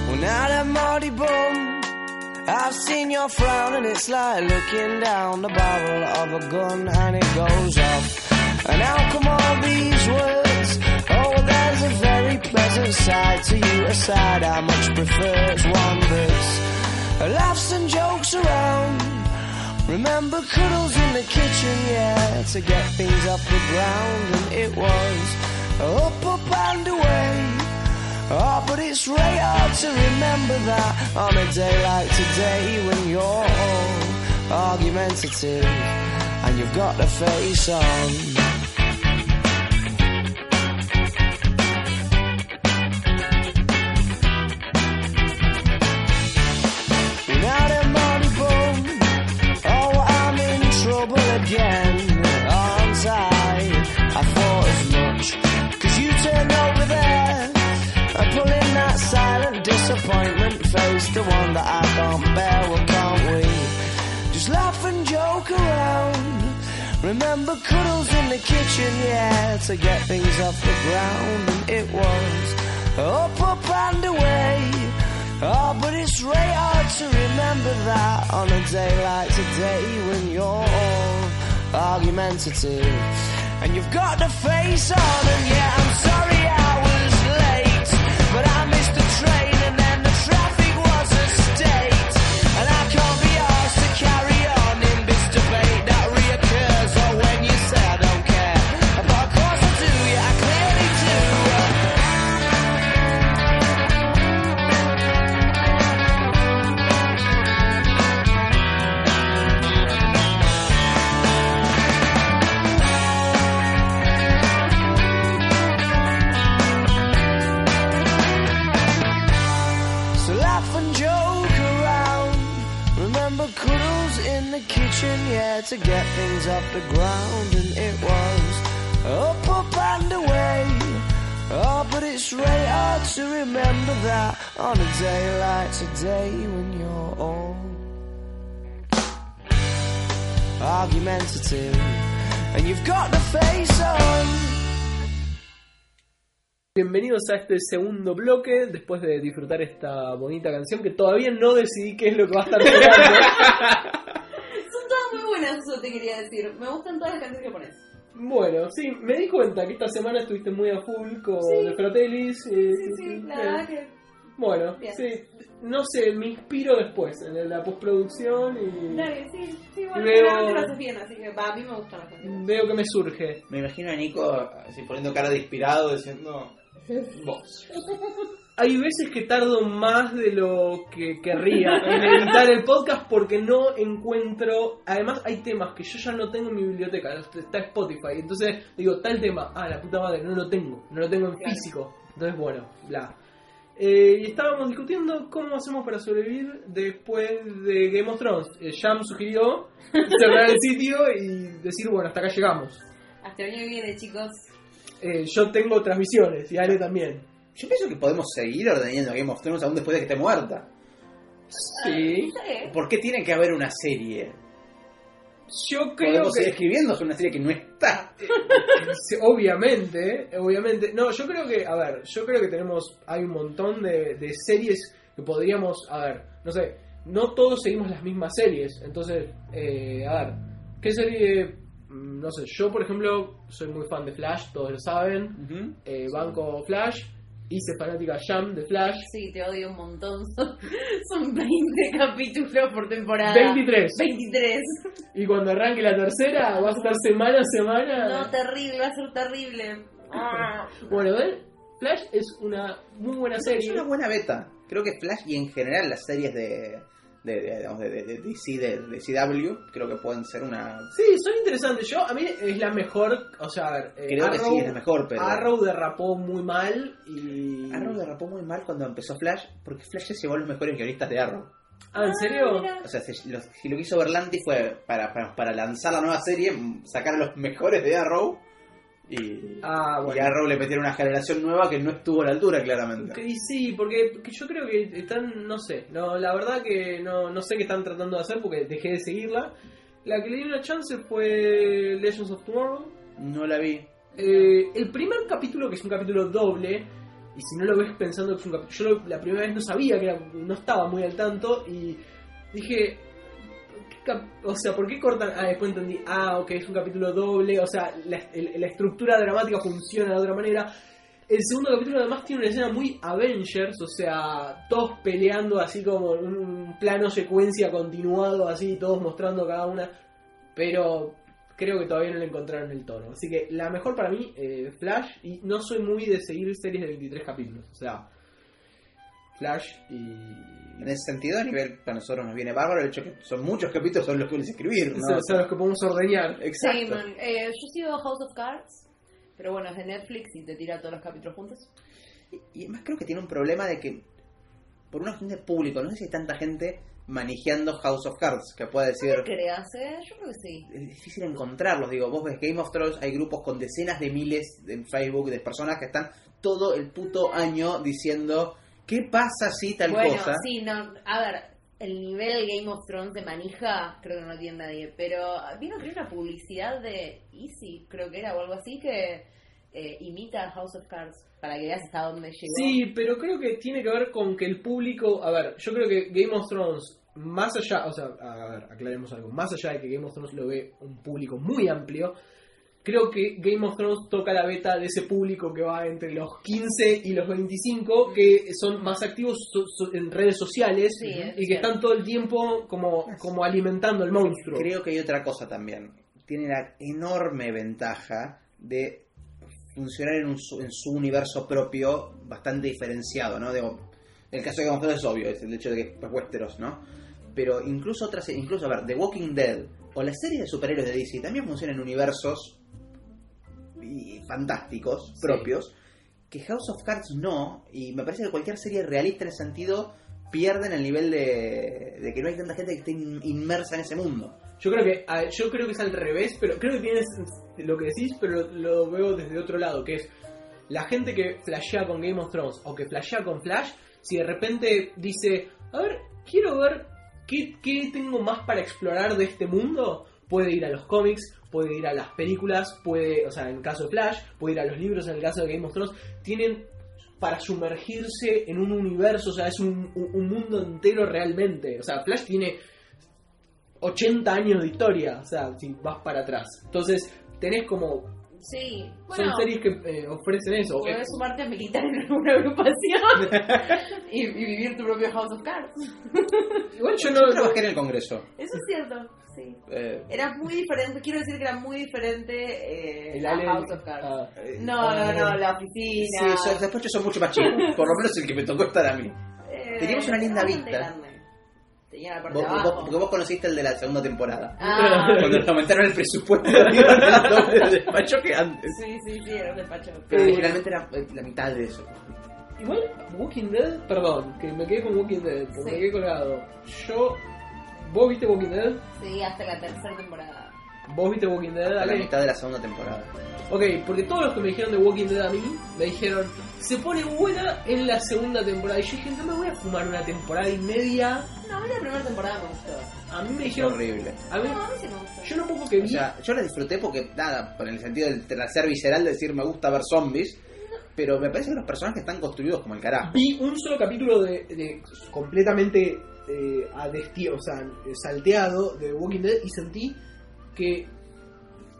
Well, now that Marty Bum, I've seen your frown, and it's like looking down the barrel of a gun, and it goes off. And how come all these words? Oh, well, there's a very pleasant side to you, a side I much prefer. It's one that's laughs and jokes around. Remember cuddles in the kitchen, yeah, to get things off the ground, and it was up, up and away. Oh, but it's really hard to remember that on a day like today when you're all argumentative and you've got the face on. Without a money bone, oh, I'm in trouble again, aren't I? I thought as much, cause you turned over there, and pulling that silent disappointment face, the one that I can't bear, well, can't we? Just laugh and joke around. Remember cuddles in the kitchen, yeah, to get things off the ground, and it was up, up and away. Oh, but it's really hard to remember that on a day like today when you're all argumentative and you've got the face on and yeah, I'm sorry I was late, but I missed the train and then the traffic was a state and I can't be asked to carry on in this debate that reoccurs or when you say I don't care, but of course I do, yeah, I clearly do. So laugh and joke around. Remember cuddles in the kitchen, yeah, to get things off the ground. And it was up, up and away. Oh, but it's really hard to remember that on a day like today when you're all argumentative and you've got the face on. Bienvenidos a este segundo bloque, después de disfrutar esta bonita canción que todavía no decidí qué es lo que va a estar tocando. Son todas muy buenas, eso te quería decir. Me gustan todas las canciones que pones. Bueno, sí, me di cuenta que esta semana estuviste muy a full con Sí. The Fratellis. eh, Sí, sí, eh, la verdad que. Bueno, Bien. sí. no sé, me inspiro después en la postproducción y Dale, sí, sí, bueno, Veo- generalmente lo haces bien, así que va, a mí me gustan las canciones. veo que me surge. Me imagino a Nico así poniendo cara de inspirado diciendo. Vos. Hay veces que tardo más de lo que querría en editar el podcast porque no encuentro. Además, hay temas que yo ya no tengo en mi biblioteca, está Spotify. Entonces digo, tal tema, ah, la puta madre, no lo tengo, no lo tengo en Claro. físico. Entonces, bueno, bla. Eh, y estábamos discutiendo cómo hacemos para sobrevivir después de Game of Thrones. Eh, Jam sugirió cerrar el sitio y decir, bueno, hasta acá llegamos. Hasta el año que viene, chicos. Eh, yo tengo transmisiones y Ale también. Yo pienso que podemos seguir ordenando Game of Thrones aún después de que esté muerta. Sí. Sí. ¿Por qué tiene que haber una serie? Yo creo Podemos que. seguir escribiendo sobre una serie que no está. Sí, obviamente, obviamente. No, yo creo que, a ver, yo creo que tenemos, hay un montón de, de series que podríamos, a ver, no sé, no todos seguimos las mismas series, entonces, eh, a ver, ¿qué serie? Mm, No sé, yo por ejemplo soy muy fan de Flash, todos lo saben, Ujú. eh, banco Flash, hice fanática Jam de Flash, Sí, te odio un montón. Son, son 20 capítulos por Ah. temporada. 23, 23. y cuando arranque la tercera va a estar semana a semana. No, terrible, va a ser terrible. Ah. Bueno, ¿ven? Flash es una muy buena Es serie. una buena beta. Creo que Flash y en general las series de. De, de, digamos, de, de- de DC, de- de CW, creo que pueden ser una. Sí, son interesantes. Yo, a mí es la mejor. O sea, a ver. eh, Creo que Arrow- sí, es la mejor, pero. Arrow derrapó muy mal y. Arrow derrapó muy mal cuando empezó Flash, porque Flash se llevó a los mejores guionistas de Arrow. Ah, ¿en serio? mira. O sea, se- los- si lo que hizo Berlanti fue para, para, para lanzar la nueva serie, mm, sacar a los mejores de Arrow y, Ah, y a bueno. Arrow le metieron una generación nueva que no estuvo a la altura, claramente. Y sí, porque que yo creo que están, no sé, no, la verdad que no, no sé qué están tratando de hacer porque dejé de seguirla. La que le di una chance fue Legends of Tomorrow. No la vi. Eh, el primer capítulo, que es un capítulo doble, y si no lo ves pensando que es un capítulo. Yo lo- la primera vez no sabía que era- no estaba muy al tanto, y dije. ¿qué cap- O sea, ¿por qué cortan? Ah, después entendí. Ah, ok, es un capítulo doble. O sea, la, el- la estructura dramática funciona de otra manera. El segundo capítulo además tiene una escena muy Avengers, o sea, todos peleando así como en un plano secuencia continuado, así, todos mostrando cada una. Pero creo que todavía no le encontraron el tono. Así que la mejor para mí, eh, Flash, y no soy muy de seguir series de 23 capítulos. O sea, Flash y... En ese sentido, a nivel para nosotros nos viene bárbaro el hecho que son muchos capítulos, son los que puedes escribir, son- ¿no? son los que podemos ordeñar. Exacto. Sí, man. Eh, yo sigo House of Cards, pero bueno, es de Netflix y te tira todos los capítulos juntos. Y- Y además creo que tiene un problema de que, por una cuestión de público, no sé si hay tanta gente manejando House of Cards que pueda decir... ¿Qué creas, eh? Yo creo que sí. es difícil encontrarlos. Digo, vos ves Game of Thrones, hay grupos con decenas de miles en Facebook de personas que están todo el puto año diciendo, ¿qué pasa si tal bueno, cosa? sí, no, a ver, el nivel Game of Thrones de manija creo que no lo tiene nadie, pero vino creo una publicidad de Easy, creo que era, o algo así, que eh, imita a House of Cards, para que veas hasta dónde llegó. Sí, pero creo que tiene que ver con que el público... A ver, yo creo que Game of Thrones, más allá... O sea, a ver, aclaremos algo. Más allá de que Game of Thrones lo ve un público muy amplio, creo que Game of Thrones toca la beta de ese público que va entre los 15 y los 25, que son más activos so- so- en redes sociales Sí, es y que cierto. están todo el tiempo como, como alimentando el monstruo. Creo que hay otra cosa también. Tiene la enorme ventaja de funcionar en, un su, en su universo propio bastante diferenciado, ¿no? Digo, el caso de Game of Thrones es obvio, es el hecho de que es pues Westeros, ¿no? Pero incluso otras, incluso, a ver, The Walking Dead o las series de superhéroes de DC también funcionan en universos y- fantásticos, propios, que House of Cards no, y me parece que cualquier serie realista en ese sentido pierden el nivel de, de que no hay tanta gente que esté in- inmersa en ese mundo. Yo creo que a- yo creo que es al revés, pero creo que tienes lo que decís, pero lo, lo veo desde otro lado, que es la gente que flashea con Game of Thrones o que flashea con Flash, si de repente dice, a ver, quiero ver qué, qué tengo más para explorar de este mundo, puede ir a los cómics, puede ir a las películas, puede, o sea, en el caso de Flash, puede ir a los libros, en el caso de Game of Thrones, tienen para sumergirse en un universo, o sea, es un, un- un mundo entero realmente. O sea, Flash tiene 80 años de historia, o sea, si vas para atrás. Entonces, tenés como Sí, bueno, Son series que eh, ofrecen eso. Eh, podés sumarte a militar en alguna agrupación y, y vivir tu propio House of Cards. Eh, igual yo Yo no. trabajé en el Congreso. Eso es cierto, sí. Eh, Era muy diferente, quiero decir que era muy diferente eh, el a Allen- House of Cards. ah, eh, No, no, no, la Sí, oficina. yo- los despachos son mucho más chicos. Por lo menos el que me tocó estar a mí. eh, teníamos una linda bastante vista. grande. Tenía la parte Vos- de vos- abajo. porque vos conociste el de la segunda temporada. Ah, Cuando nos aumentaron el presupuesto, dieron el doble de despacho que antes. sí, sí, sí, era un despacho. Pero originalmente era eh, la mitad de eso. Igual, Walking Dead, perdón, que me quedé con Walking Dead, que me Sí. quedé colgado. Yo. ¿Vos viste Walking Dead? Sí, hasta la tercera temporada. ¿Vos viste Walking Dead? A la Ale? mitad de la segunda temporada. Ok, porque todos los que me dijeron de Walking Dead a mí, me dijeron, se pone buena en la segunda temporada. Y yo dije, no me voy a fumar una temporada y media. No, a mí la primera temporada me gustó. A mí me Es dijeron, horrible. a mí, No, a mí sí me gustó. yo lo poco que O vi, sea, yo la disfruté porque, nada, por el sentido del placer visceral de decir me gusta ver zombies, pero me parece que los personajes están construidos como el carajo. vi un solo capítulo de, de completamente eh, a destino, o sea, eh, salteado de Walking Dead y sentí que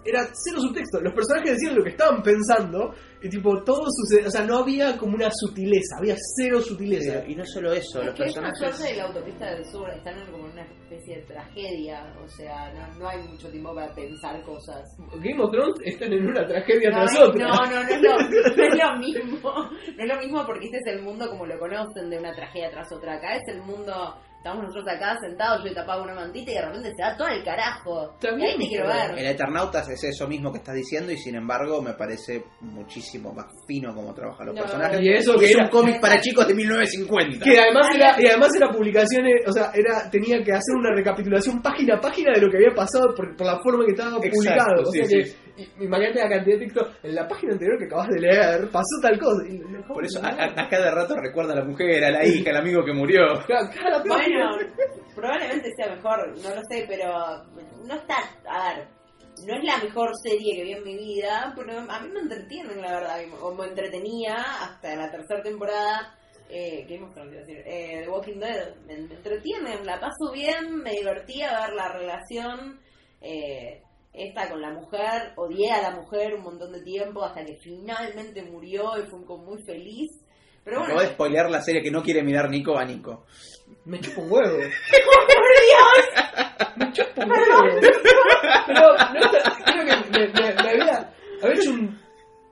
era cero subtexto. Los personajes decían lo que estaban pensando y tipo todo sucede, o sea, no había como una sutileza, había cero sutileza. Pero- y no solo eso, Es los que es una personajes. suerte de la autopista del sur, están en como una especie de tragedia, o sea, no, no hay mucho tiempo para pensar cosas. Game of Thrones están en una tragedia No, tras no, otra. no, no es, lo, no es lo mismo. No es lo mismo porque este es el mundo como lo conocen, de una tragedia tras otra. Acá es el mundo, estamos nosotros acá sentados, yo he tapado una mantita y de repente se da todo el carajo. También, y ahí te quiero ver. El Eternautas es eso mismo que estás diciendo y sin embargo me parece muchísimo más fino como trabajan los No. personajes. Y eso Y que es era- un cómic para chicos de 1950. Que además era, y además era publicaciones, o sea, era, tenía que hacer una recapitulación página a página de lo que había pasado por, por la forma en que estaba Exacto, publicado. O sí, sea sí. que, y- imagínate la cantidad de texto, en la página anterior que acabas de leer, pasó tal cosa. Y- Por eso a, a- a cada rato recuerda a la mujer, a la hija, al amigo que murió. Claro, cada página- Bueno, probablemente sea mejor, no lo sé, pero no está, a ver, no es la mejor serie que vi en mi vida, pero a mí me entretienen, la verdad, o me entretenía hasta la tercera temporada. Eh, Game of Thrones, iba a decir, eh, The Walking Dead, me, me entretienen, la paso bien, me divertía ver la relación eh, esta con la mujer, odié a la mujer un montón de tiempo hasta que finalmente murió y fue un como muy feliz, pero bueno, Acabo de spoilear la serie que no quiere mirar Nico a Nico. Me chupo un huevo. ¡Por Me chupo un huevo. Pero, no, está- creo que me, me- me había, había hecho un...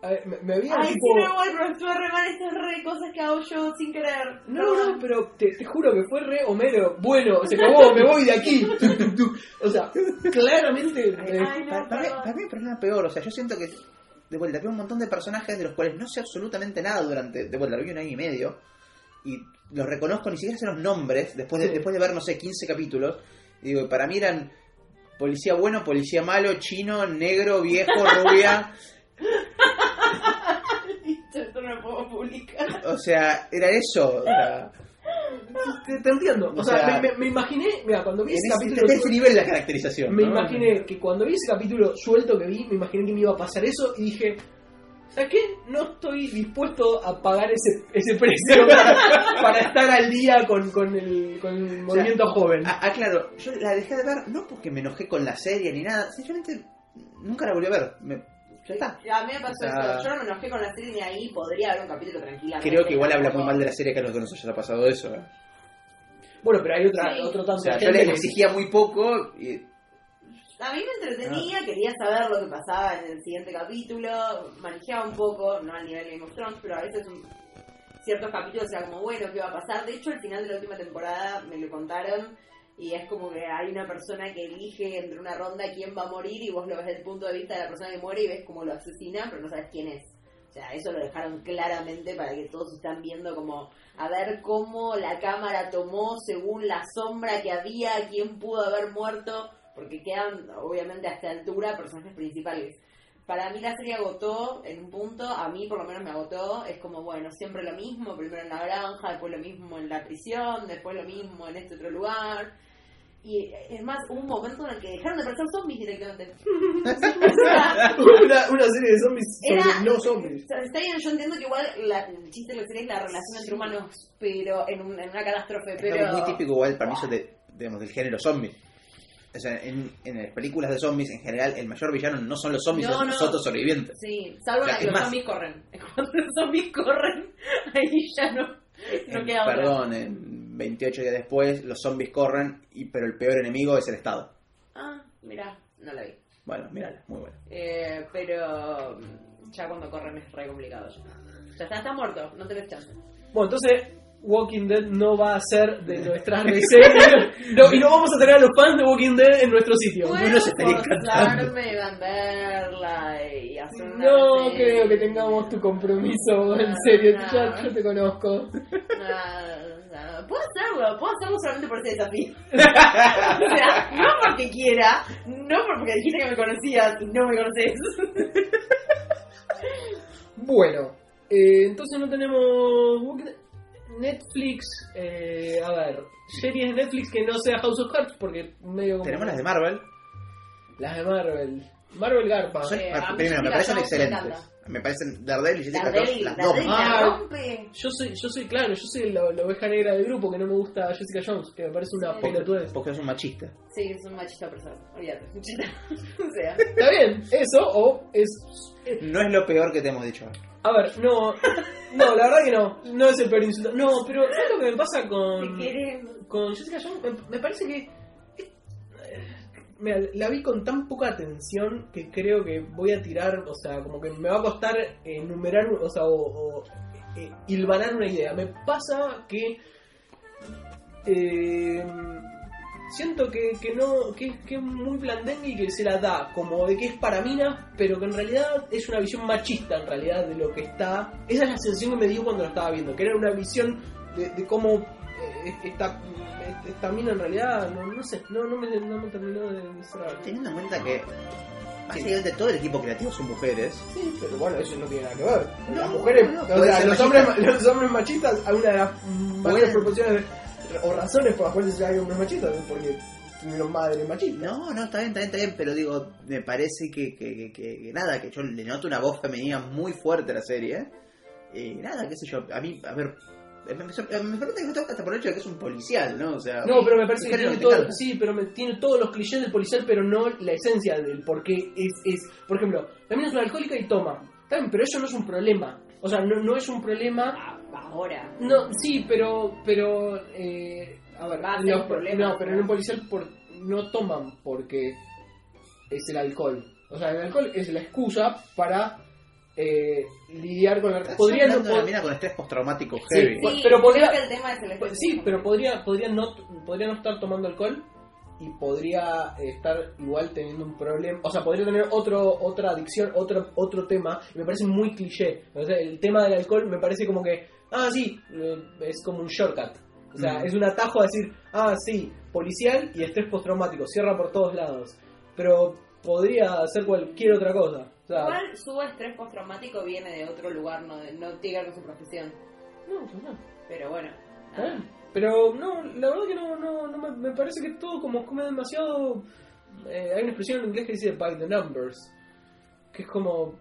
a ver, Me, me había Ay, tipo... sí, no, bueno, pero estuve re mal, estas re cosas que hago yo sin querer. No, no, pero te, te juro que fue re Homero. Bueno, se acabó, me voy de aquí. Tu, tu, tu. O sea, claramente. Ay, eh, ay, no, Pa- Para mí, perdón. para mí el problema es peor, o sea, yo siento que de vuelta había un montón de personajes de los cuales no sé absolutamente nada durante, de vuelta, lo vi un año y medio, y los reconozco ni siquiera sé los nombres, después de, Sí. después de ver, no sé, 15 capítulos, y digo, para mí eran policía bueno, policía malo, chino, negro, viejo, rubia, Listo, esto no lo puedo publicar. o sea, era eso. o sea, te, te entiendo. O, O sea, sea, me, me- me imaginé. Mira, cuando vi en este ese ese, capítulo. de ese nivel de la caracterización. Me ¿no? imaginé que cuando vi ese capítulo suelto que vi, me imaginé que me iba a pasar eso y dije. ¿Sabes qué? No estoy dispuesto a pagar ese, ese precio para, para estar al día con, con el, con el movimiento joven. Ah, ah, claro, yo la dejé de ver no porque me enojé con la serie ni nada, simplemente nunca la volví a ver. Me, ya está. A mí me pasó O sea- eso. Yo no me enojé con la serie ni ahí, podría haber un capítulo tranquilamente. Creo que igual habla muy mal de la serie que a los dos nos haya pasado eso. ¿eh? Bueno, pero hay otra, Sí. otro tanto. O sea, de yo le gente que- exigía muy poco y A mí me entretenía, quería saber lo que pasaba en el siguiente capítulo, manejaba un poco, no al nivel de Game of Thrones, pero a veces un- ciertos capítulos era como, bueno, ¿qué va a pasar? De hecho, al final de la última temporada me lo contaron y es como que hay una persona que elige entre una ronda quién va a morir y vos lo ves desde el punto de vista de la persona que muere y ves cómo lo asesina, pero no sabes quién es. O sea, eso lo dejaron claramente para que todos están viendo como a ver cómo la cámara tomó según la sombra que había, quién pudo haber muerto, porque quedan obviamente a esta altura personajes principales. Para mí la serie agotó en un punto, a mí por lo menos me agotó, es como bueno, siempre lo mismo, primero en la granja, después lo mismo en la prisión, después lo mismo en este otro lugar. Y es más, hubo un momento en el que dejaron de aparecer zombies directamente. O sea, una, una serie de zombies sobre era, no zombies. o sea, Está bien, yo entiendo que igual la, el chiste de la serie es la relación entre humanos, pero en, un- en una catástrofe, es pero... algo muy típico igual para mí eso de, digamos, del género zombie. o sea, en, en las películas de zombies, en general, el mayor villano no son los zombies, No, son no. nosotros sobrevivientes. Sí, salvo O sea, la que es los más- zombies corren. Cuando los zombies corren, ahí ya no, no En- queda otra. Eh, perdón, en 28 días después, los zombies corren, y, pero el peor enemigo es el Estado. Ah, mirá, no la vi. Bueno, mírala, muy bueno. Eh, pero mm, ya cuando corren es re complicado. Ya, ya está, está muerto, no tenés chance. Bueno, entonces Walking Dead no va a ser de nuestras reseñas. No, y no vamos a tener a los fans de Walking Dead en nuestro sitio. Puedo se estaría encantando. forzarme, venderla y hacer una No reseña. creo que tengamos tu compromiso, en serio, ya, yo te conozco. No, no, Ah, puedo hacerlo, puedo hacerlo solamente por ese desafío. o sea, no porque quiera, no porque dijiste que me conocías y no me conoces. Bueno, eh, entonces no tenemos Walking Dead. Netflix, eh, a ver, series de Netflix que no sea House of Cards, porque medio como... Tenemos las de Marvel. Las de Marvel. Marvel Garpa. Son- Eh, a mí primero, me Jessica parecen Jones me excelentes. Me parecen Daredevil y Jessica La Jones, Deli, las la dos. Deli Ah. la rompe. Yo soy, yo soy, claro, yo soy la, la oveja negra del grupo que no me gusta Jessica Jones, que me parece una Sí. pelotudez. Porque es un machista. Sí, es un machista persona, olvídate. o sea, Está bien, eso, o es... eh, No es lo peor que te hemos dicho. A ver, no, no, la verdad que no, no es el peor insulto. No, pero ¿sabes lo que me pasa te con, quieren. con Jessica Jones? Me, me parece que... Mira, la vi con tan poca atención que creo que voy a tirar, o sea, como que me va a costar enumerar, o sea, o, o, eh, hilvanar una idea. Me pasa que eh, siento que, que no, que, que es muy blandengue y que se la da, como de que es para minas, pero que en realidad es una visión machista en realidad de lo que está. Esa es la sensación que me dio cuando la estaba viendo, que era una visión de, de cómo eh, esta, esta mina en realidad, no, no sé, no, no, me, no me terminó de cerrar. Teniendo en cuenta que básicamente todo el equipo creativo son mujeres. Sí, pero bueno, eso no tiene nada que ver. las No, mujeres, no, Mm, no, o puede sea, ser los machista. hombres, los hombres machistas, hay una de las mayores Pueden- proporciones o razones por las cuales hay hombres machistas, es porque tuvieron madres machistas. No, no, está bien, está bien, está bien, pero digo, me parece que, que, que- que- que nada, que yo le noto una voz femenina muy fuerte a la serie. ¿eh? Y nada, qué sé yo, a mí, a ver, me, me, sor- me sorprende que no toca hasta por el hecho de que es un policial, ¿no? O sea, No, pero me parece que Mujeres tiene no te todo, cantan. sí, pero me- tiene todos los clichés del policial, pero no la esencia del por qué es, es. Por ejemplo, también es una alcohólica y toma. También, pero eso no es un problema. O sea, no, no es un problema. Ah, Ahora. No, sí, pero, pero, eh, a ver, Va a ser los- un problema. no, pero en un policial por, no toman porque es el alcohol. O sea, el alcohol es la excusa para eh, lidiar con la... estás Podría no, hablando de una pod- mina con estrés postraumático Sí, heavy. Bueno, Sí, pero creo podría- que el tema es el po- espejo. Pues sí, pero podría, podría, no, podría no estar tomando alcohol y podría eh, estar igual teniendo un problema, o sea, podría tener otro otra adicción, otro otro tema, y me parece muy cliché. O sea, el tema del alcohol me parece como que, ah, sí, eh, es como un shortcut. O sea, Mm. es un atajo a decir, ah, sí, policial y estrés postraumático, cierra por todos lados. Pero podría hacer cualquier otra cosa. O sea, Igual su estrés postraumático viene de otro lugar, no, de- no tiene que ver con su profesión. no, pues no. Pero bueno. Está bien. Ah, Pero no, la verdad que no, no, no me, me parece que todo como come demasiado. eh, hay una expresión en inglés que dice by the numbers, que es como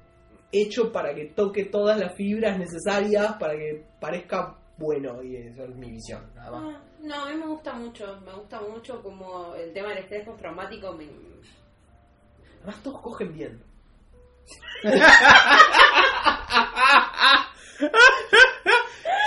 hecho para que toque todas las fibras necesarias para que parezca bueno y esa es mi visión, nada más. Ah, No, a mí me gusta mucho, me gusta mucho como el tema del estrés postraumático me... Además todos cogen bien.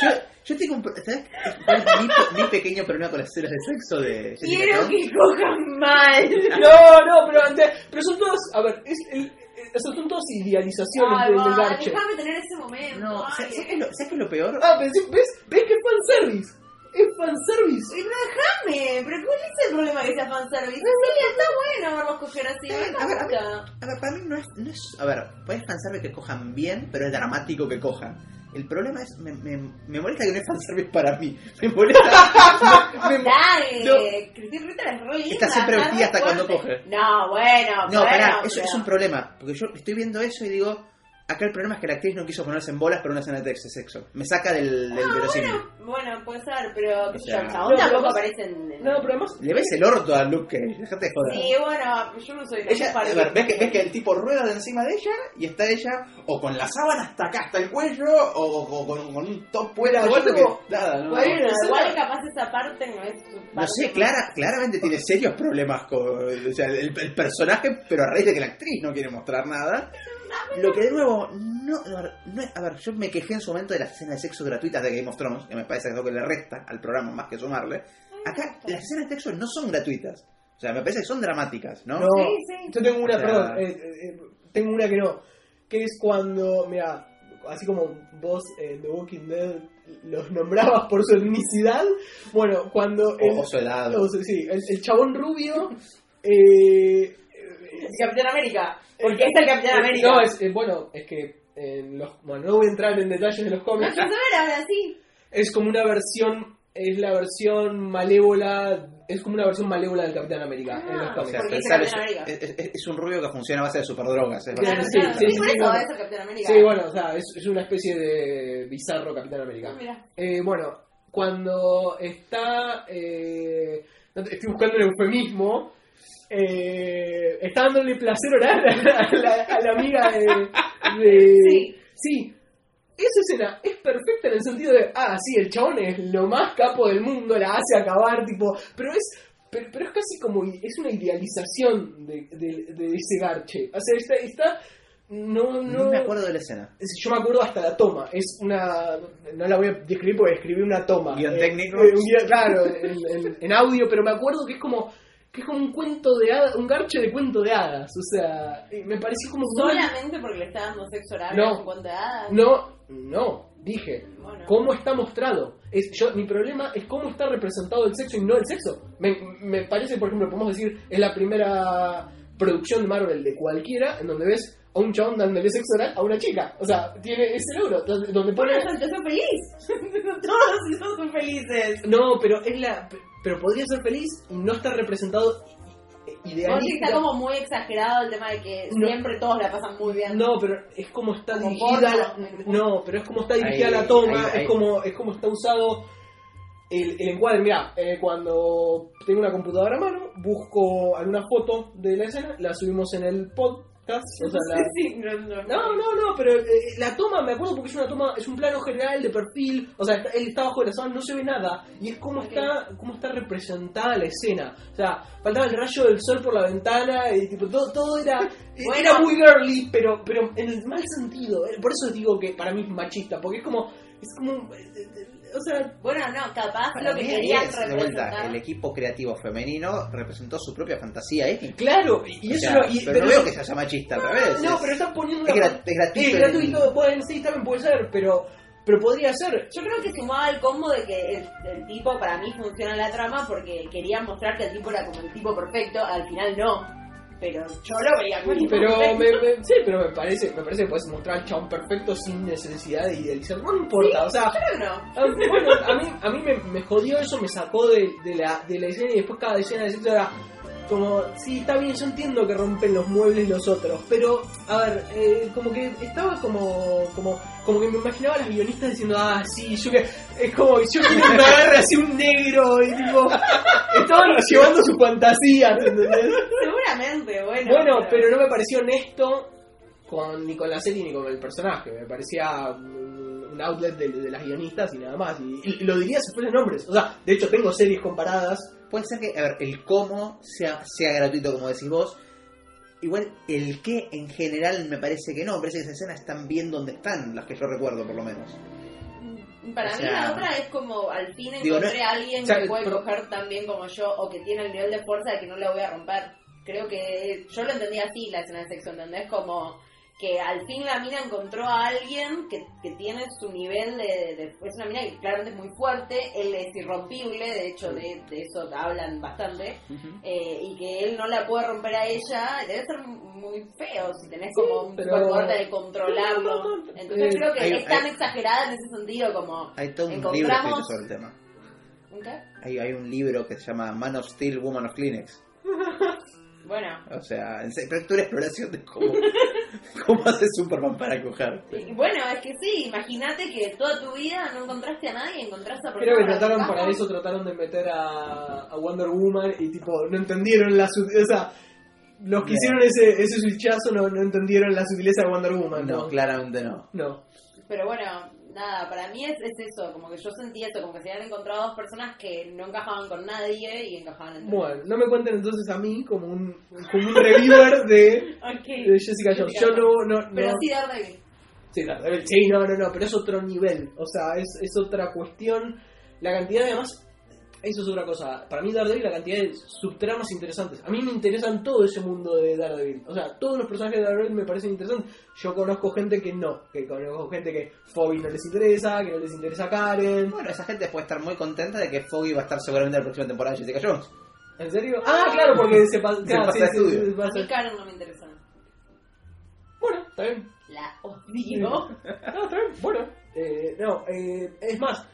Yo, yo tengo un... pro- ¿Sabes? ¿Cuál es mi, pe- mi pequeño problema con las escenas de sexo de Jessica Quiero Jones? que cojan mal. No, no, pero, antes- pero son todas, a ver, es el- eh, o sea, son todas idealizaciones Ay, del, del va, garche. déjame tener ese momento. No, ay. ¿sabes, sabes qué es lo, sabes qué es lo peor? Ah, pero sí, ¿ves? ¿Ves que es fanservice? Es fanservice. Y no, déjame, pero ¿cuál es el problema que sea fanservice? Cecilia, está bueno verlos coger así, Está bien, me a ver, a ver. gusta. A ver, para mí no es, no es... A ver, puedes pensar que cojan bien, pero es dramático que cojan. El problema es, me, me, me molesta que no es fanservice para mí. Me molesta... me- me- Dale, Cristina Ritter es re linda. Está siempre re vestida hasta cuando fuerte. coge. No, bueno, no, bueno, pará, eso pero- es un problema. Porque yo estoy viendo eso y digo, Acá el problema es que la actriz no quiso ponerse en bolas para una escena de sexo. Me saca del, del verosímil. Ah, Bueno, puede ser, pero qué sé yo, sea, el chabón no, tampoco pero- aparece en. en- No, pero además. Le ves el orto a Luke Cage, déjate de joder. Sí, bueno, yo no soy. Ella, para- a ver, ves, que, ves que el tipo rueda de encima de ella y está ella o con la sábana hasta acá, hasta el cuello, o, o- o con, con un top fuera. Igual yo creo como- que- nada, no. Bueno, Bueno, igual sí. capaz esa parte no es. su No parte sé, más- clara, claramente tiene serios problemas con o sea, el, el personaje, pero a raíz de que la actriz no quiere mostrar nada. Lo que de nuevo, no, a ver, no es- a ver, yo me quejé en su momento de las escenas de sexo gratuitas de Game of Thrones, que me parece que es lo que le resta al programa más que sumarle. Acá las escenas de sexo no son gratuitas, o sea, me parece que son dramáticas, ¿no? No, Sí, sí. yo tengo una, O sea- perdón, eh, eh, eh, tengo una que no, que es cuando, mira, así como vos en The Walking Dead los nombrabas por su etnicidad, bueno, cuando el, O, o su edad. o sea, sí, el, el chabón rubio, eh, Es Capitán América. Porque es el Capitán eh, América. No, es, eh, bueno, es que en los, bueno, no voy a entrar en detalles de los No, cómics, yo no era ahora sí. es como una versión, es la versión malévola, es como una versión malévola del Capitán América en los Ah, O cómics. sea, Porque pensar es es, Capitán América. es- es- es un rubio que funciona a base de superdrogas. es Claro, básicamente. sí, claro. sí, Sí, sí, por sí, eso bueno. es el Capitán América. Sí, bueno, o sea, es, es una especie de bizarro Capitán América. Ah, mira. Eh, bueno, cuando está. eh, no te- estoy buscando el eufemismo. eh, está dándole placer oral a la, a la amiga de. de- Sí. sí. Esa escena es perfecta en el sentido de. Ah, sí, el chabón es lo más capo del mundo, la hace acabar, tipo. Pero es. Pero, pero es casi como. Es una idealización de, de- de ese garche. O sea, está. está- no, Ni no. me acuerdo de la escena. Es- Yo me acuerdo hasta la toma. Es una. No la voy a describir porque escribí una toma. Guión Eh, técnico. eh, un guión- claro, en, en- en audio, pero me acuerdo que es como. Que es como un cuento de hadas, un garche de cuento de hadas. O sea, eh, me pareció como. Solamente porque le está dando sexo oral No. con cuánta edad. No, no, dije. Bueno. ¿Cómo está mostrado? Es, yo, mi problema es cómo está representado el sexo y no el sexo. Me, me parece, por ejemplo, podemos decir, es la primera producción de Marvel de cualquiera en donde ves a un chabón dándole sexo oral a una chica. O sea, tiene ese logro. Donde donde Por pone. eso yo soy feliz. Todos son felices. No, pero es la. Pero podría ser feliz y no está representado i- i- Porque idealista. está como muy exagerado el tema de que No. siempre todos la pasan muy bien. No, pero es como está Como dirigida. la- porno. no, pero es como está dirigida Ahí, la toma. ahí, ahí. Es como es como está usado el, el encuadre. Mira, cuando tengo una computadora a mano, busco alguna foto de la escena, la subimos en el podcast. O sea, la- Sí, sí, no, no. No, no, no, pero eh, la toma, me acuerdo porque es una toma, es un plano general de perfil, o sea, está- él está bajo la sábana, no se ve nada, y es como Ok. está, cómo está representada la escena. O sea, faltaba el rayo del sol por la ventana y tipo todo, todo era, Bueno. era muy girly, pero, pero en el mal sentido. eh, Por eso digo que para mí es machista, porque es como, es como eh, eh, eh, o sea, Bueno, no, capaz Para lo que mí querían es, de vuelta, representar. el equipo creativo femenino representó su propia fantasía ética. claro, y, y O eso sea, lo- y- pero, pero no veo es- que sea machista al revés. No, es- pero están poniendo es una- gra- es gratuito. Es gratuito, pueden, sí, también puede ser, pero, pero podría ser. Yo creo que sumaba el combo de que el, el tipo para mí funciona la trama porque querían mostrar que el tipo era como el tipo perfecto, al final no. Pero yo lo veía como el tipo Pero me, perfecto. me- sí, pero me parece, me parece que puedes mostrar al chabón perfecto sin necesidad de idealizar. No me importa, o sea, Pero no. a- bueno, a mí, a mí me, me jodió eso, me sacó de, de la, de la escena y después cada escena de sexo era como, sí, está bien, yo entiendo que rompen los muebles los otros, pero, a ver, eh, como que estaba como, como, como que me imaginaba a las guionistas diciendo, ah, sí, yo que, es como, yo quiero que me agarre así un negro y tipo, estaban llevando sus fantasías, ¿entendés? Seguramente, bueno. Bueno, pero no me pareció honesto con, ni con la serie ni con el personaje. Me parecía mm, un outlet de, de las guionistas y nada más. Y, y lo diría si fuesen nombres. O sea, de hecho tengo series comparadas. Puede ser que, a ver, el cómo sea, sea gratuito, como decís vos. Igual el qué en general me parece que no, me parece que esas escenas están bien donde están, las que yo recuerdo por lo menos. Mm, Para o mí sea, la otra es como al fin digo, encontré a alguien o sea, que puede pero- coger tan bien como yo o que tiene el nivel de fuerza de que no la voy a romper. Creo que yo lo entendí así la escena de sexo, ¿entendés? Como que al fin la mina encontró a alguien que, que tiene su nivel de, de- Es una mina que claramente es muy fuerte, él es irrompible, de hecho de, de eso hablan bastante, eh, y que él no la puede romper a ella. Debe ser muy feo si tenés como un pero- superpoder de controlarlo. Entonces Eh, creo que hay- es tan hay- exagerada en ese sentido como... Hay todo un libro escrito Encontramos- sobre el tema. ¿Un qué? Hay, hay un libro que se llama Man of Steel, Woman of Kleenex. Bueno, O sea, en se- pero es una exploración de cómo, ¿Cómo hace Superman para coger? Y bueno, es que sí, imagínate que toda tu vida no encontraste a nadie, encontraste a Creo que personas trataron bajas. para eso, trataron de meter a, a Wonder Woman y tipo, no entendieron la sutileza. O sea, los que No. hicieron ese, ese switchazo no, no entendieron la sutileza de Wonder Woman. No, No, claramente no. no. Pero bueno, nada, para mí es, es eso, como que yo sentí eso, como que se habían encontrado dos personas que no encajaban con nadie y encajaban entre Bueno, no me cuenten entonces a mí como un, como un reviewer de, Ok. de Eh, Jessica Jones. Yo no, no, Pero no. sí, Daredevil. Sí, Daredevil, sí, no, no, no, pero es otro nivel. O sea, es, es otra cuestión. La cantidad de además, eso es otra cosa. Para mí Daredevil, la cantidad de subtramas interesantes. A mí me interesan todo ese mundo de Daredevil. O sea, todos los personajes de Daredevil me parecen interesantes. Yo conozco gente que no, que conozco gente que Phoebe no les interesa, que no les interesa Karen. Bueno, esa gente puede estar muy contenta de que Foggy va a estar seguramente en la próxima temporada de Jessica Jones. ¿En serio? Ah, claro, porque se, ah, pasa Se pasa estudio. A mí Karen no me interesa. Bueno, está bien. La odio. No, está bien, bueno. Eh, no, eh, es más,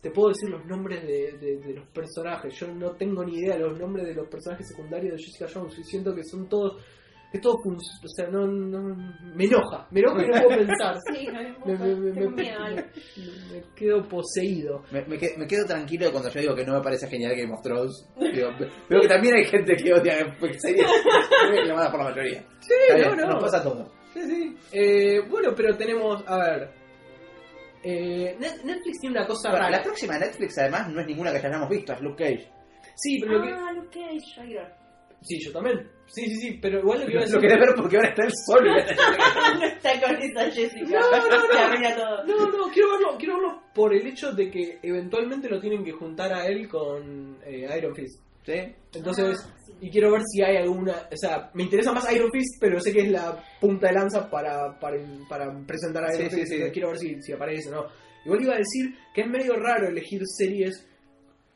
te puedo decir los nombres de, de- de los personajes. Yo no tengo ni idea de los nombres de los personajes secundarios de Jessica Jones. Y siento que son todos. que todos. fun- O sea, no. no me enoja. Me enoja y no puedo pensar. Sí, no me Me, gusta, me- me- tengo me- miedo. algo. me- me quedo poseído. Me, me que- me quedo tranquilo cuando yo digo que no me parece genial Game of Thrones. Digo, ve- veo que también hay gente que odia series reclamada por la mayoría. Sí, Está bien, no, no. Nos pasa todo. Sí, sí. Eh, bueno, pero tenemos. A ver. Eh, Net- Netflix tiene una cosa Ahora, la rara. próxima de Netflix además no es ninguna que ya hayamos visto, es Luke Cage. Sí, pero lo que. Ah, Luke Cage, yo quiero ver. Sí, yo también. Sí, sí, sí, pero igual lo que iba a Lo decir. querés ver porque ahora está el sol. No está con esa Jessica. No, no, no. Te arruina todo. No, no, quiero verlo, quiero verlo por el hecho de que eventualmente lo tienen que juntar a él con eh, Iron Fist. ¿Sí? Entonces, Ah, sí. y quiero ver si hay alguna. O sea, me interesa más Iron Fist, pero sé que es la punta de lanza para, para, para presentar a Sí, Iron sí, Fist. sí. entonces Quiero ver si, si aparece o no. Igual iba a decir que es medio raro elegir series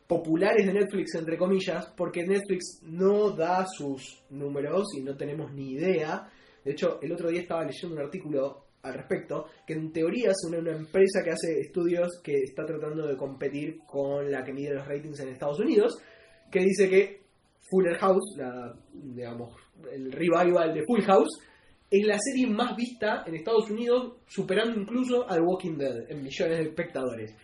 populares de Netflix, entre comillas, porque Netflix no da sus números y no tenemos ni idea. De hecho, el otro día estaba leyendo un artículo al respecto, que en teoría es una, una empresa que hace estudios que está tratando de competir con la que mide los ratings en Estados Unidos, que dice que Fuller House, la, digamos, el revival de Full House, es la serie más vista en Estados Unidos, superando incluso a The Walking Dead en millones de espectadores.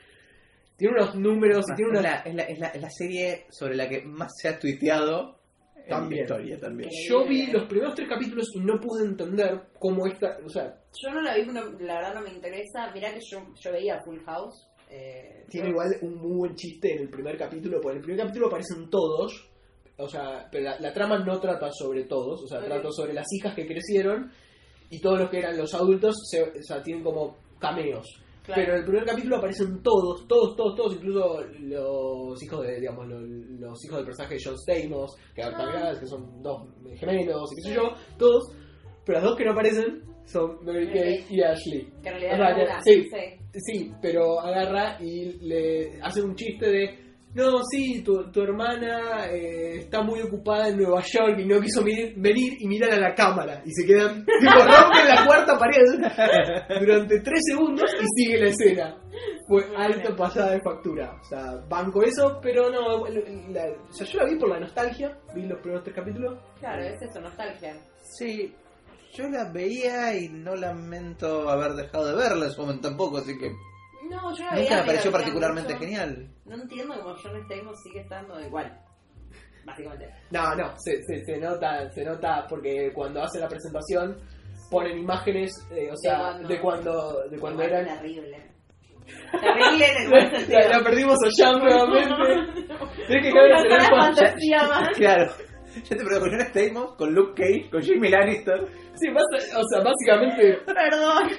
Tiene unos números y tiene Es, una... la, es, la, es, la, es la serie sobre la que más se ha tuiteado en También. la historia también. Yo vi los primeros tres capítulos y no pude entender cómo esta... O sea, Yo no la vi, no- la verdad no me interesa. Mirá que yo, yo veía Full House. Eh, tiene yo- igual un muy buen chiste en el primer capítulo, porque en el primer capítulo aparecen todos, o sea, pero la, la trama no trata sobre todos, o sea, Ok. trata sobre las hijas que crecieron y todos los que eran los adultos, se, o sea, tienen como cameos. Claro. Pero en el primer capítulo aparecen todos, todos, todos, todos, incluso los hijos de, digamos, los, los hijos del personaje de John Stamos, que, Ah. ah, que son dos gemelos, y qué sé yo, todos, pero las dos que no aparecen son Mary Kay y Ashley. Que en realidad O sea, era que- una, sí. sí. Sí, pero agarra y le hace un chiste de, no, sí, tu, tu hermana eh, está muy ocupada en Nueva York y no quiso venir, venir", y miran a la cámara y se quedan, tipo, rompen la cuarta pared durante tres segundos y sigue la escena. Fue Muy alta buena. pasada de factura. O sea, banco eso, pero no, la- o sea, yo la vi por la nostalgia, vi los primeros tres capítulos. Claro, es eso, nostalgia. Sí, yo la veía y no lamento haber dejado de verla en su momento tampoco, así que No, yo nunca la veía. me pero pareció decía particularmente mucho. genial. No entiendo cómo John Stamos sigue estando igual. Básicamente. No, no, se, se, se nota, se nota porque cuando hace la presentación ponen imágenes, eh, o sea, cuando- de cuando, de cuando Igual, eran. Terrible. Terrible en el buen sentido. La, la perdimos allá nuevamente. Tenés que caer en el Una sola teléfono. fantasía más. Claro, yo te pregunto, con Stamos, con Luke Cage, con Jimmy Lannister. Sí, bas- o sea, básicamente. Perdón.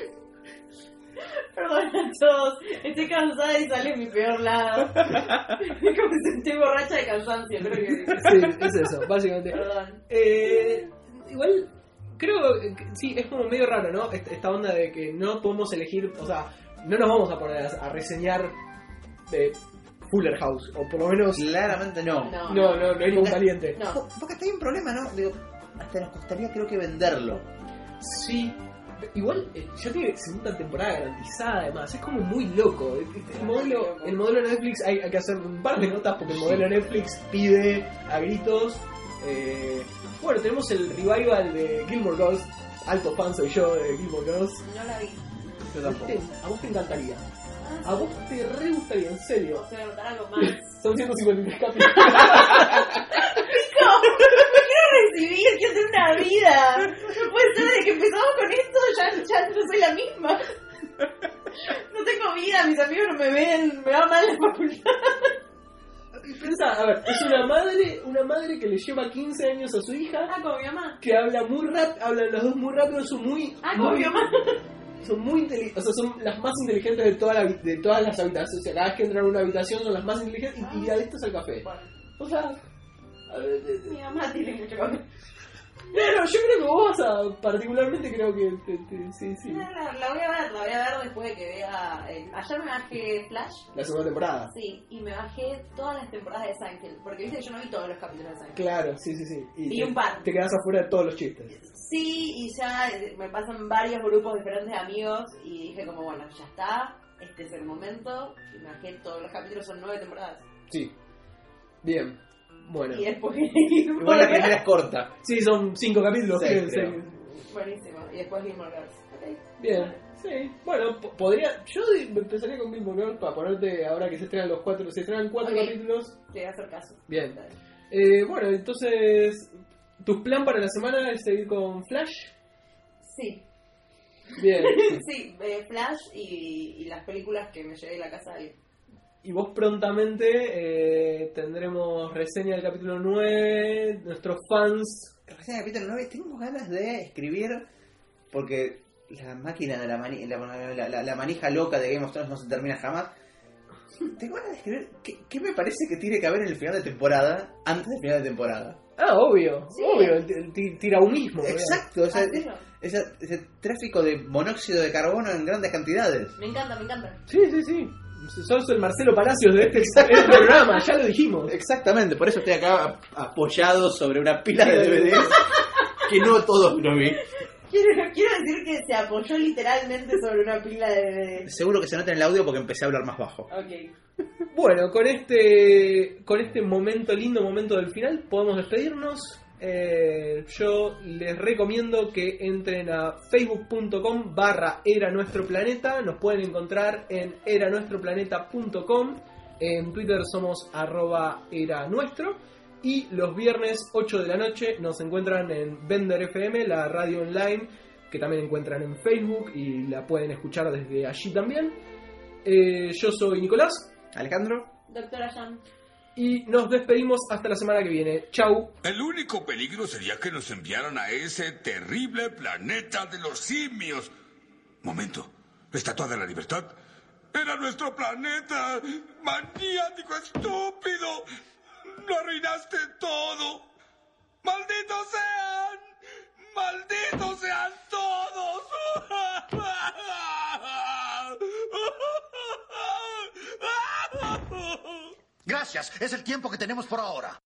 Perdón a todos. Estoy cansada y sale mi peor lado. Es como que estoy borracha de cansancio, creo que. Sí, es eso, básicamente. Perdón. Eh, igual, creo que sí, es como medio raro, ¿no? Est- Esta onda de que no podemos elegir, o sea, no nos vamos a poner a, a reseñar de Fuller House, o por lo menos. Claramente no. No. No, no, no hay ningún caliente. No. Porque hasta hay un problema, ¿no? Digo, hasta nos costaría creo que venderlo. Sí. Igual, eh, ya tiene segunda temporada garantizada, además. Es como muy loco. El modelo, el modelo Netflix, hay, hay que hacer un par de notas porque el modelo Netflix pide a gritos. eh, bueno, tenemos el revival de Gilmore Girls, alto fan soy yo de Gilmore Girls. No la vi. Yo A vos tampoco. te, Este, a vos te encantaría. Ah, A vos te re gustaría, en serio. Se me notará algo más. Son 153 capítulos. ¡No! ¡Me quiero recibir! ¡Quiero hacer una vida! No puede ser, desde que empezamos con esto ya, ya no soy la misma. No tengo vida, mis amigos no me ven, me va mal la facultad. Piensa, a ver, es una madre, una madre que le lleva 15 años a su hija, Ah, con mi mamá. que habla muy rápido, hablan las dos muy rápido, son muy, Ah, con muy mi mamá. son muy inteli- o sea, son las más inteligentes de, toda la habi- de todas las habitaciones. O sea, cada vez que entran a una habitación son las más inteligentes y, y adictas al café. O sea, a ver, eh, Mi mamá tiene mucho papel. bueno, yo creo que vos vas a, particularmente creo que, te- te- sí, sí, No, La, la voy a ver, la voy a ver después de que vea. el- Ayer me bajé Flash, la segunda temporada. sí, y me bajé todas las temporadas de Seinfeld, porque viste que yo no vi todos los capítulos de Seinfeld. Claro, sí, sí, sí. Vi te, un par. te quedas afuera de todos los chistes. Sí, y ya eh, me pasan varios grupos diferentes de amigos y dije como, bueno, ya está, este es el momento. Y me bajé todos los capítulos, son nueve temporadas. Sí. Bien. Bueno. Y después... Igual la primera es corta. Sí, son cinco capítulos. Seis, sí, creo. sí. Buenísimo. Y después Gilmore Girls. Ok. Bien. Sí. Bueno, po- podría. Yo de- me empezaría con Gilmore Girls para ponerte ahora que se estrenan los cuatro. Se estrenan cuatro Ok. capítulos. Te voy a hacer caso. Bien. Eh, bueno, entonces. ¿Tu plan para la semana es seguir con Flash? Sí. Bien. sí, eh, Flash y, y las películas que me llevé de la casa de alguien. Y vos prontamente eh, tendremos reseña del capítulo 9, nuestros fans. Recién en el capítulo 9 tengo ganas de escribir porque la máquina de la, mani- la, la- la- la manija loca de Game of Thrones no se termina jamás. Tengo ganas de escribir qué, qué me parece que tiene que haber en el final de temporada antes del final de temporada. Ah, obvio, Sí. obvio, el, el ti- tiraumismo. ¿verdad? Exacto, o sea, eh, Hacelo. esa- ese tráfico de monóxido de carbono en grandes cantidades. Me encanta, me encanta. Sí, sí, sí. Sos el Marcelo Palacios de este, este programa, ya lo dijimos. Exactamente, por eso estoy acá ap- apoyado sobre una pila de DVDs que no todos lo vi. Quiero, quiero decir que se apoyó literalmente sobre una pila de... Seguro que se nota en el audio porque empecé a hablar más bajo. Ok. Bueno, con este, con este momento, lindo momento del final, podemos despedirnos. Eh, yo les recomiendo que entren a facebook.com barra era nuestro planeta. Nos pueden encontrar en eranuestroplaneta.com. En Twitter somos arroba era nuestro. Y los viernes 8 de la noche nos encuentran en Vender FM, la radio online, que también encuentran en Facebook y la pueden escuchar desde allí también. Eh, yo soy Nicolás. Alejandro, Doctora Jan. Y nos despedimos hasta la semana que viene. Chau. El único peligro sería que nos enviaran a ese terrible planeta de los simios. Momento, ¿Estatua de la Libertad? Era nuestro planeta, maniático, estúpido. Lo arruinaste todo. ¡Malditos sean! ¡Malditos sean todos! Gracias, es el tiempo que tenemos por ahora.